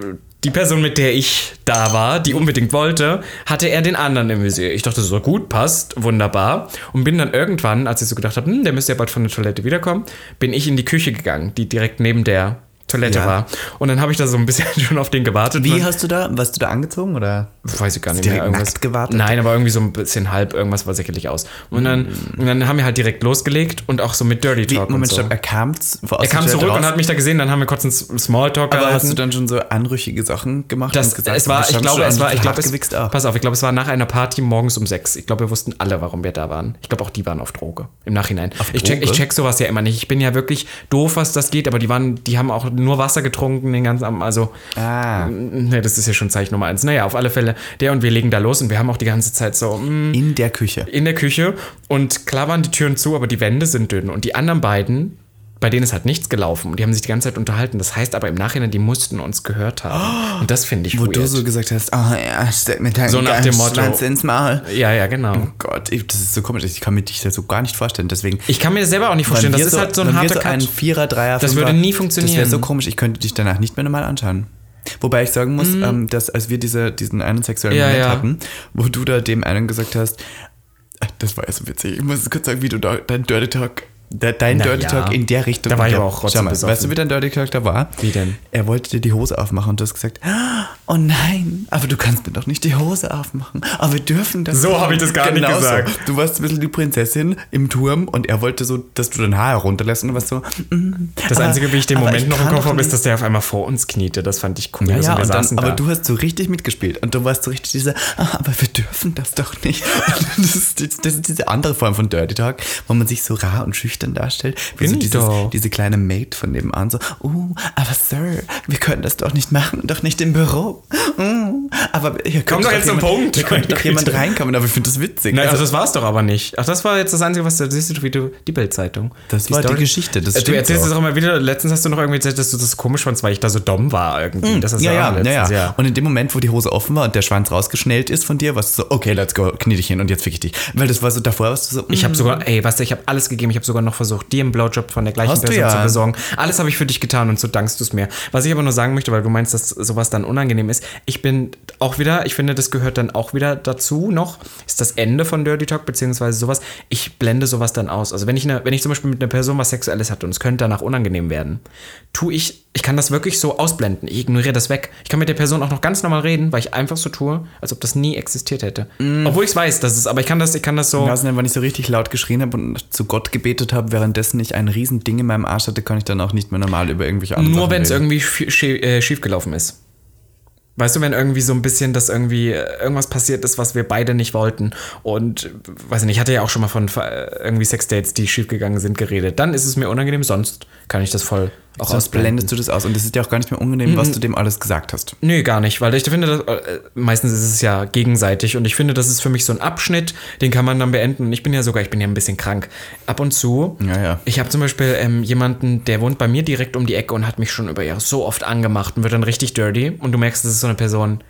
Speaker 1: die Person, mit der ich da war, die unbedingt wollte, hatte er den anderen im Visier. Ich dachte so, gut, passt, wunderbar. Und bin dann irgendwann, als ich so gedacht habe, hm, der müsste ja bald von der Toilette wiederkommen, bin ich in die Küche gegangen, die direkt neben der Toilette
Speaker 2: Ja.
Speaker 1: war. Und dann habe ich da so ein bisschen schon auf den gewartet.
Speaker 2: Wie
Speaker 1: Und-
Speaker 2: hast du da, warst du da angezogen oder?
Speaker 1: weiß ich gar nicht
Speaker 2: Direkt
Speaker 1: mehr. Irgendwas.
Speaker 2: nackt gewartet?
Speaker 1: Nein, aber irgendwie so ein bisschen halb, irgendwas war sicherlich aus. Und dann, und dann haben wir halt direkt losgelegt und auch so mit Dirty
Speaker 2: Hm. Wie,
Speaker 1: Talk. und
Speaker 2: Moment,
Speaker 1: so.
Speaker 2: stopp, er kam, z- aus
Speaker 1: Er
Speaker 2: der
Speaker 1: kam
Speaker 2: Toilette
Speaker 1: zurück
Speaker 2: raus.
Speaker 1: und hat mich da gesehen, dann haben wir kurz einen Smalltalk
Speaker 2: Aber hast du
Speaker 1: gehalten.
Speaker 2: dann schon so anrüchige Sachen gemacht?
Speaker 1: Das,
Speaker 2: und gesagt,
Speaker 1: es war,
Speaker 2: das
Speaker 1: ich
Speaker 2: haben
Speaker 1: glaube,
Speaker 2: schon
Speaker 1: es war, ich
Speaker 2: hart
Speaker 1: glaube, es,
Speaker 2: gewichst auch.
Speaker 1: pass auf, ich glaube, es war nach einer Party morgens um sechs. Ich glaube, wir wussten alle, warum wir da waren. Ich glaube, auch die waren auf Droge. Im Nachhinein. ich, check,
Speaker 2: Droge?
Speaker 1: ich check sowas ja immer nicht. Ich bin ja wirklich doof, was das geht, aber die waren, die haben auch nur Wasser getrunken den ganzen Abend. Also,
Speaker 2: Ah.
Speaker 1: ne, das ist ja schon Zeichen Nummer eins. Naja, auf alle Fälle, der und wir legen da los und wir haben auch die ganze Zeit so, mm,
Speaker 2: In der Küche.
Speaker 1: in der Küche und klar waren die Türen zu, aber die Wände sind dünn und die anderen beiden, bei denen ist halt nichts gelaufen und die haben sich die ganze Zeit unterhalten. Das heißt aber im Nachhinein, die mussten uns gehört haben und das finde ich
Speaker 2: Oh, Wo
Speaker 1: weird.
Speaker 2: du so gesagt hast, ah ja, steck mir deinen
Speaker 1: So nach dem
Speaker 2: geilen
Speaker 1: Motto.
Speaker 2: Schwanz ins Maul.
Speaker 1: ja, ja, genau.
Speaker 2: Gott, ich, das ist so komisch. Ich kann mir dich das so gar nicht vorstellen. Deswegen.
Speaker 1: Ich kann mir das selber auch nicht vorstellen.
Speaker 2: Wenn
Speaker 1: Das
Speaker 2: wir
Speaker 1: ist halt so ein
Speaker 2: wenn wir
Speaker 1: harter
Speaker 2: so ein
Speaker 1: Cut.
Speaker 2: Vierer, Dreier,
Speaker 1: Das
Speaker 2: Fünfer,
Speaker 1: würde nie
Speaker 2: Das
Speaker 1: funktionieren.
Speaker 2: wäre so komisch. Ich könnte dich danach nicht mehr normal anschauen. Wobei ich sagen muss, ähm, dass als wir diese, diesen einen sexuellen
Speaker 1: Mhm. Ja,
Speaker 2: Moment
Speaker 1: ja.
Speaker 2: hatten, wo du da dem einen gesagt hast, äh, das war ja so witzig. Ich muss kurz sagen, wie du da, dein Dirty Talk, de, dein
Speaker 1: Na
Speaker 2: Dirty
Speaker 1: ja.
Speaker 2: Talk in der Richtung.
Speaker 1: Da war ich
Speaker 2: Ja,
Speaker 1: aber auch trotzdem
Speaker 2: schau mal,
Speaker 1: besoffen.
Speaker 2: Weißt du, wie dein Dirty Talk da war?
Speaker 1: Wie denn?
Speaker 2: Er wollte dir die Hose aufmachen und du hast gesagt, oh nein, aber du kannst mir doch nicht die Hose aufmachen. Aber wir dürfen das.
Speaker 1: So habe ich das gar nicht
Speaker 2: Genau so.
Speaker 1: gesagt.
Speaker 2: Du warst ein bisschen die Prinzessin im Turm und er wollte so, dass du dein Haar herunterlässt und du warst so. mm,
Speaker 1: Das
Speaker 2: aber-
Speaker 1: Einzige, wie ich den
Speaker 2: aber
Speaker 1: Moment noch im
Speaker 2: kann
Speaker 1: Kopf
Speaker 2: doch
Speaker 1: habe, ist,
Speaker 2: nicht-
Speaker 1: dass der auf einmal vor uns kniete. Das fand ich cool.
Speaker 2: Ja,
Speaker 1: Also
Speaker 2: ja,
Speaker 1: wir
Speaker 2: und dann,
Speaker 1: saßen
Speaker 2: aber
Speaker 1: da.
Speaker 2: du hast so richtig mitgespielt und du warst so richtig dieser, ah, aber wir dürfen das doch nicht. Das ist, die- das ist diese andere Form von Dirty Talk, wo man sich so rar und schüchtern darstellt. Wie
Speaker 1: Bin
Speaker 2: so
Speaker 1: ich
Speaker 2: dieses,
Speaker 1: doch.
Speaker 2: diese kleine Maid von nebenan so, oh, aber Sir, wir können das doch nicht machen, doch nicht im Büro. Mm, aber hier
Speaker 1: Komm
Speaker 2: könnte
Speaker 1: doch jetzt zum
Speaker 2: jemand,
Speaker 1: Punkt,
Speaker 2: Hier könnte
Speaker 1: meine
Speaker 2: doch jemand
Speaker 1: Güte.
Speaker 2: reinkommen, aber ich finde das witzig.
Speaker 1: Nein,
Speaker 2: Also-
Speaker 1: also das war es doch aber nicht. Ach, das war jetzt das Einzige, was du siehst, du, wie du die Bildzeitung.
Speaker 2: Das war die Geschichte, das
Speaker 1: Du
Speaker 2: stimmt
Speaker 1: erzählst
Speaker 2: doch.
Speaker 1: es auch immer wieder. Letztens hast du noch irgendwie erzählt, dass du das komisch fandst, weil ich da so dumm war irgendwie. Das hast du
Speaker 2: Hm. Ja,
Speaker 1: auch
Speaker 2: ja,
Speaker 1: letztens,
Speaker 2: ja, ja. Und in dem Moment, wo die Hose offen war und der Schwanz rausgeschnellt ist von dir, warst du so, okay, let's go, knie dich hin und jetzt fick ich dich. Weil das war so, davor warst du so,
Speaker 1: Ich habe sogar, ey, weißt du, ich habe alles gegeben. Ich habe sogar noch versucht, dir einen Blowjob von der gleichen
Speaker 2: Mm. Hast du
Speaker 1: Person
Speaker 2: ja.
Speaker 1: zu besorgen. Alles habe ich für dich getan und so dankst du es mir. Was ich aber nur sagen möchte, weil du meinst, dass sowas dann unangenehm ist. Ich bin auch wieder, ich finde, das gehört dann auch wieder dazu noch, ist das Ende von Dirty Talk beziehungsweise sowas. Ich blende sowas dann aus. Also wenn ich, eine, wenn ich zum Beispiel mit einer Person was Sexuelles hatte und es könnte danach unangenehm werden, tue ich, ich kann das wirklich so ausblenden. Ich ignoriere das weg. Ich kann mit der Person auch noch ganz normal reden, weil ich einfach so tue, als ob das nie existiert hätte.
Speaker 2: Mm.
Speaker 1: Obwohl ich es weiß, dass es, aber ich kann das, ich kann das so.
Speaker 2: Nasen einfach nicht so richtig laut geschrien habe und zu Gott gebetet habe, währenddessen ich ein riesen Ding in meinem Arsch hatte, kann ich dann auch nicht mehr normal über irgendwelche anderen
Speaker 1: Nur wenn es
Speaker 2: reden.
Speaker 1: irgendwie schie- schie- äh, schiefgelaufen ist. Weißt du, wenn irgendwie so ein bisschen das irgendwie äh, irgendwas passiert ist, was wir beide nicht wollten und äh, weiß nicht, ich hatte ja auch schon mal von äh, irgendwie Sexdates, die schiefgegangen sind, geredet. Dann ist es mir unangenehm, sonst kann ich das voll auch
Speaker 2: Sonst
Speaker 1: ausblenden.
Speaker 2: blendest du das aus und es ist dir auch gar nicht mehr unangenehm, was du dem alles gesagt hast.
Speaker 1: Nö, gar nicht, weil ich finde, dass, äh, meistens ist es ja gegenseitig und ich finde, das ist für mich so ein Abschnitt, den kann man dann beenden. Und ich bin ja sogar, ich bin ja ein bisschen krank. Ab und zu.
Speaker 2: Ja, ja.
Speaker 1: Ich habe zum Beispiel ähm, jemanden, der wohnt bei mir direkt um die Ecke und hat mich schon über Jahre so oft angemacht und wird dann richtig dirty. Und du merkst, das ist so eine Person,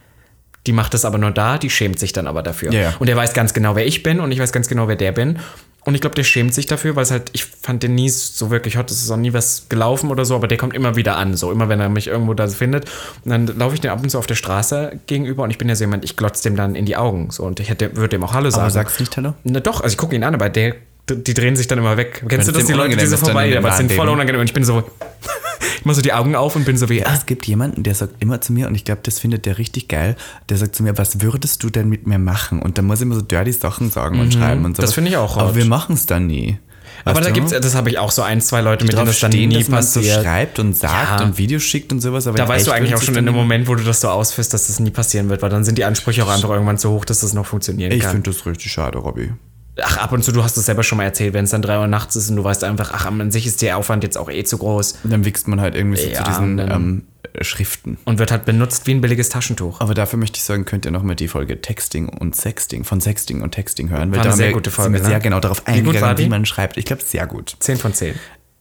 Speaker 1: die macht das aber nur da, die schämt sich dann aber dafür.
Speaker 2: Ja, ja.
Speaker 1: Und der weiß ganz genau, wer ich bin und ich weiß ganz genau, wer der bin. Und ich glaube, der schämt sich dafür, weil es halt, ich fand den nie so wirklich hot, es ist auch nie was gelaufen oder so, aber der kommt immer wieder an, so immer wenn er mich irgendwo da findet. Und dann laufe ich den ab und zu auf der Straße gegenüber und ich bin ja so jemand, ich glotze dem dann in die Augen. So und ich hätte, würde dem auch Hallo sagen.
Speaker 2: sagst nicht Hallo?
Speaker 1: Na doch, also ich gucke ihn an, aber der, die drehen sich dann immer weg. Kennst du
Speaker 2: es
Speaker 1: das,
Speaker 2: dem
Speaker 1: die Leute, die
Speaker 2: unangenehm
Speaker 1: so
Speaker 2: ist, dann
Speaker 1: vorbei,
Speaker 2: in den
Speaker 1: aber es
Speaker 2: Laden
Speaker 1: sind voll
Speaker 2: gehen.
Speaker 1: unangenehm und ich bin so, ich mache so die Augen auf und bin so wie, ah,
Speaker 2: Es gibt jemanden, der sagt immer zu mir, und ich glaube, das findet der richtig geil, der sagt zu mir, was würdest du denn mit mir machen? Und dann muss ich immer so dirty Sachen sagen und schreiben und so.
Speaker 1: Mhm. Das finde ich auch hot.
Speaker 2: Aber wir machen es dann nie.
Speaker 1: aber
Speaker 2: Weißt
Speaker 1: da
Speaker 2: du?
Speaker 1: gibt's, das habe ich auch so ein, zwei Leute, mit denen
Speaker 2: drauf
Speaker 1: das dann
Speaker 2: stehen,
Speaker 1: nie
Speaker 2: dass man so
Speaker 1: passiert.
Speaker 2: schreibt und sagt
Speaker 1: Ja.
Speaker 2: und Videos schickt und sowas. Aber
Speaker 1: Da
Speaker 2: in
Speaker 1: weißt du
Speaker 2: echt
Speaker 1: eigentlich
Speaker 2: würden
Speaker 1: auch
Speaker 2: sie
Speaker 1: schon
Speaker 2: es
Speaker 1: in
Speaker 2: dann
Speaker 1: dem Moment, wo du das so ausführst, dass das nie passieren wird, weil dann sind die Ansprüche auch einfach irgendwann so hoch, dass das noch funktionieren
Speaker 2: Ich
Speaker 1: kann.
Speaker 2: finde das richtig schade, Robby.
Speaker 1: Ach, ab und zu, du hast es selber schon mal erzählt, wenn es dann drei Uhr nachts ist und du weißt einfach, ach, an sich ist der Aufwand jetzt auch eh zu groß
Speaker 2: Und Dann wächst man halt irgendwie so
Speaker 1: Ja,
Speaker 2: zu diesen
Speaker 1: und
Speaker 2: ähm, Schriften.
Speaker 1: und wird halt benutzt wie ein billiges Taschentuch.
Speaker 2: Aber dafür möchte ich sagen, könnt ihr nochmal die Folge Texting und Sexting von Sexting und Texting hören. Weil
Speaker 1: War eine
Speaker 2: da haben
Speaker 1: sehr
Speaker 2: wir-
Speaker 1: gute
Speaker 2: sind
Speaker 1: Folge,
Speaker 2: wir
Speaker 1: ne?
Speaker 2: sehr genau darauf
Speaker 1: Wie gut war
Speaker 2: eingegangen, wie,
Speaker 1: die?
Speaker 2: man schreibt. Ich glaube, sehr gut.
Speaker 1: Zehn von zehn.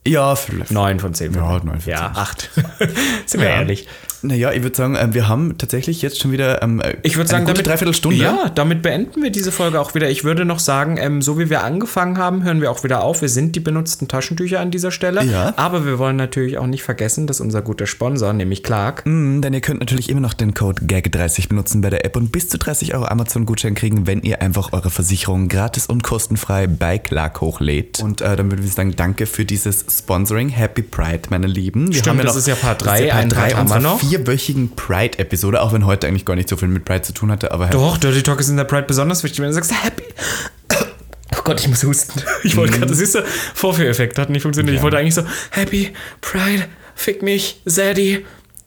Speaker 2: Ja, vielleicht.
Speaker 1: Neun von zehn.
Speaker 2: Ja, neun von
Speaker 1: Ja, acht. sind wir
Speaker 2: Ja.
Speaker 1: ehrlich.
Speaker 2: Naja, ich würde sagen, äh, wir haben tatsächlich jetzt schon wieder ähm, äh,
Speaker 1: Ich würde sagen,
Speaker 2: eine gute Dreiviertelstunde.
Speaker 1: Ja, damit beenden wir diese Folge auch wieder. Ich würde noch sagen, ähm, so wie wir angefangen haben, hören wir auch wieder auf. Wir sind die benutzten Taschentücher an dieser Stelle.
Speaker 2: Ja.
Speaker 1: Aber wir wollen natürlich auch nicht vergessen, dass unser guter Sponsor, nämlich Clark,
Speaker 2: Mm, Denn ihr könnt natürlich immer noch den Code GAG30 benutzen bei der App und bis zu 30 Euro Amazon-Gutschein kriegen, wenn ihr einfach eure Versicherung gratis und kostenfrei bei Clark hochlädt. Und äh, dann würden wir sagen, danke für dieses Sponsoring. Happy Pride, meine Lieben. Wir
Speaker 1: Stimmt, das ist ja Part drei, einen
Speaker 2: Part
Speaker 1: Part
Speaker 2: 3
Speaker 1: haben wir
Speaker 2: unserer
Speaker 1: noch.
Speaker 2: vierwöchigen Pride-Episode, auch wenn heute eigentlich gar nicht so viel mit Pride zu tun hatte, aber
Speaker 1: Doch, Dirty Talk ist in der Pride besonders wichtig, wenn du sagst, happy. Oh Gott, ich muss husten. Ich wollte
Speaker 2: Mhm.
Speaker 1: gerade, siehst du, Vorführeffekt hat nicht funktioniert. Ich wollte eigentlich so, happy, Pride, fick mich, Sadie, in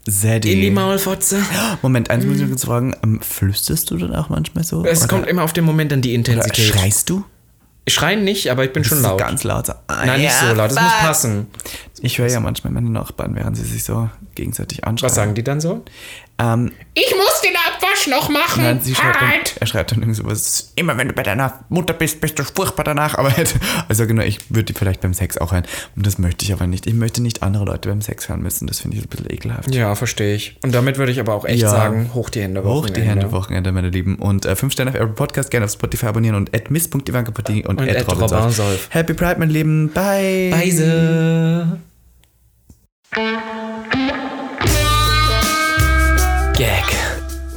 Speaker 1: die
Speaker 2: Sadie.
Speaker 1: Maulfotze.
Speaker 2: Moment, eins muss ich uns fragen, ähm, flüsterst du dann auch manchmal so?
Speaker 1: Es
Speaker 2: Oder
Speaker 1: kommt immer auf den Moment an die Intensität.
Speaker 2: Schreist du?
Speaker 1: Schreien nicht, aber ich bin schon
Speaker 2: Das ist
Speaker 1: laut.
Speaker 2: Ganz laut. so, ah,
Speaker 1: Nein, nicht
Speaker 2: ja,
Speaker 1: so laut, das muss
Speaker 2: fuck.
Speaker 1: passen.
Speaker 2: Ich höre ja manchmal meine Nachbarn, während sie sich so gegenseitig anschreien.
Speaker 1: Was sagen die dann so?
Speaker 2: Ähm,
Speaker 3: Ich muss den Abwasch noch machen.
Speaker 2: nein, sie schreibt dann,
Speaker 1: Halt!
Speaker 3: Harald.
Speaker 2: er schreibt dann irgendwie sowas. Immer wenn du bei deiner Mutter bist, bist du furchtbar danach. Aber halt, also genau, ich würde die vielleicht beim Sex auch hören. Und das möchte ich aber nicht. Ich möchte nicht andere Leute beim Sex hören müssen. Das finde ich ein bisschen ekelhaft.
Speaker 1: Ja, verstehe ich. Und damit würde ich aber auch echt
Speaker 2: Ja.
Speaker 1: sagen, hoch die Hände.
Speaker 2: Hoch die
Speaker 1: Wochenende.
Speaker 2: Hände, Wochenende, meine Lieben. Und äh, 5 Sterne auf Apple Podcast, gerne auf Spotify abonnieren und at miss.ivankapartie und, und
Speaker 1: at Robinsolf.
Speaker 2: Happy Pride, mein Lieben. Bye.
Speaker 1: Weise.
Speaker 4: Gag,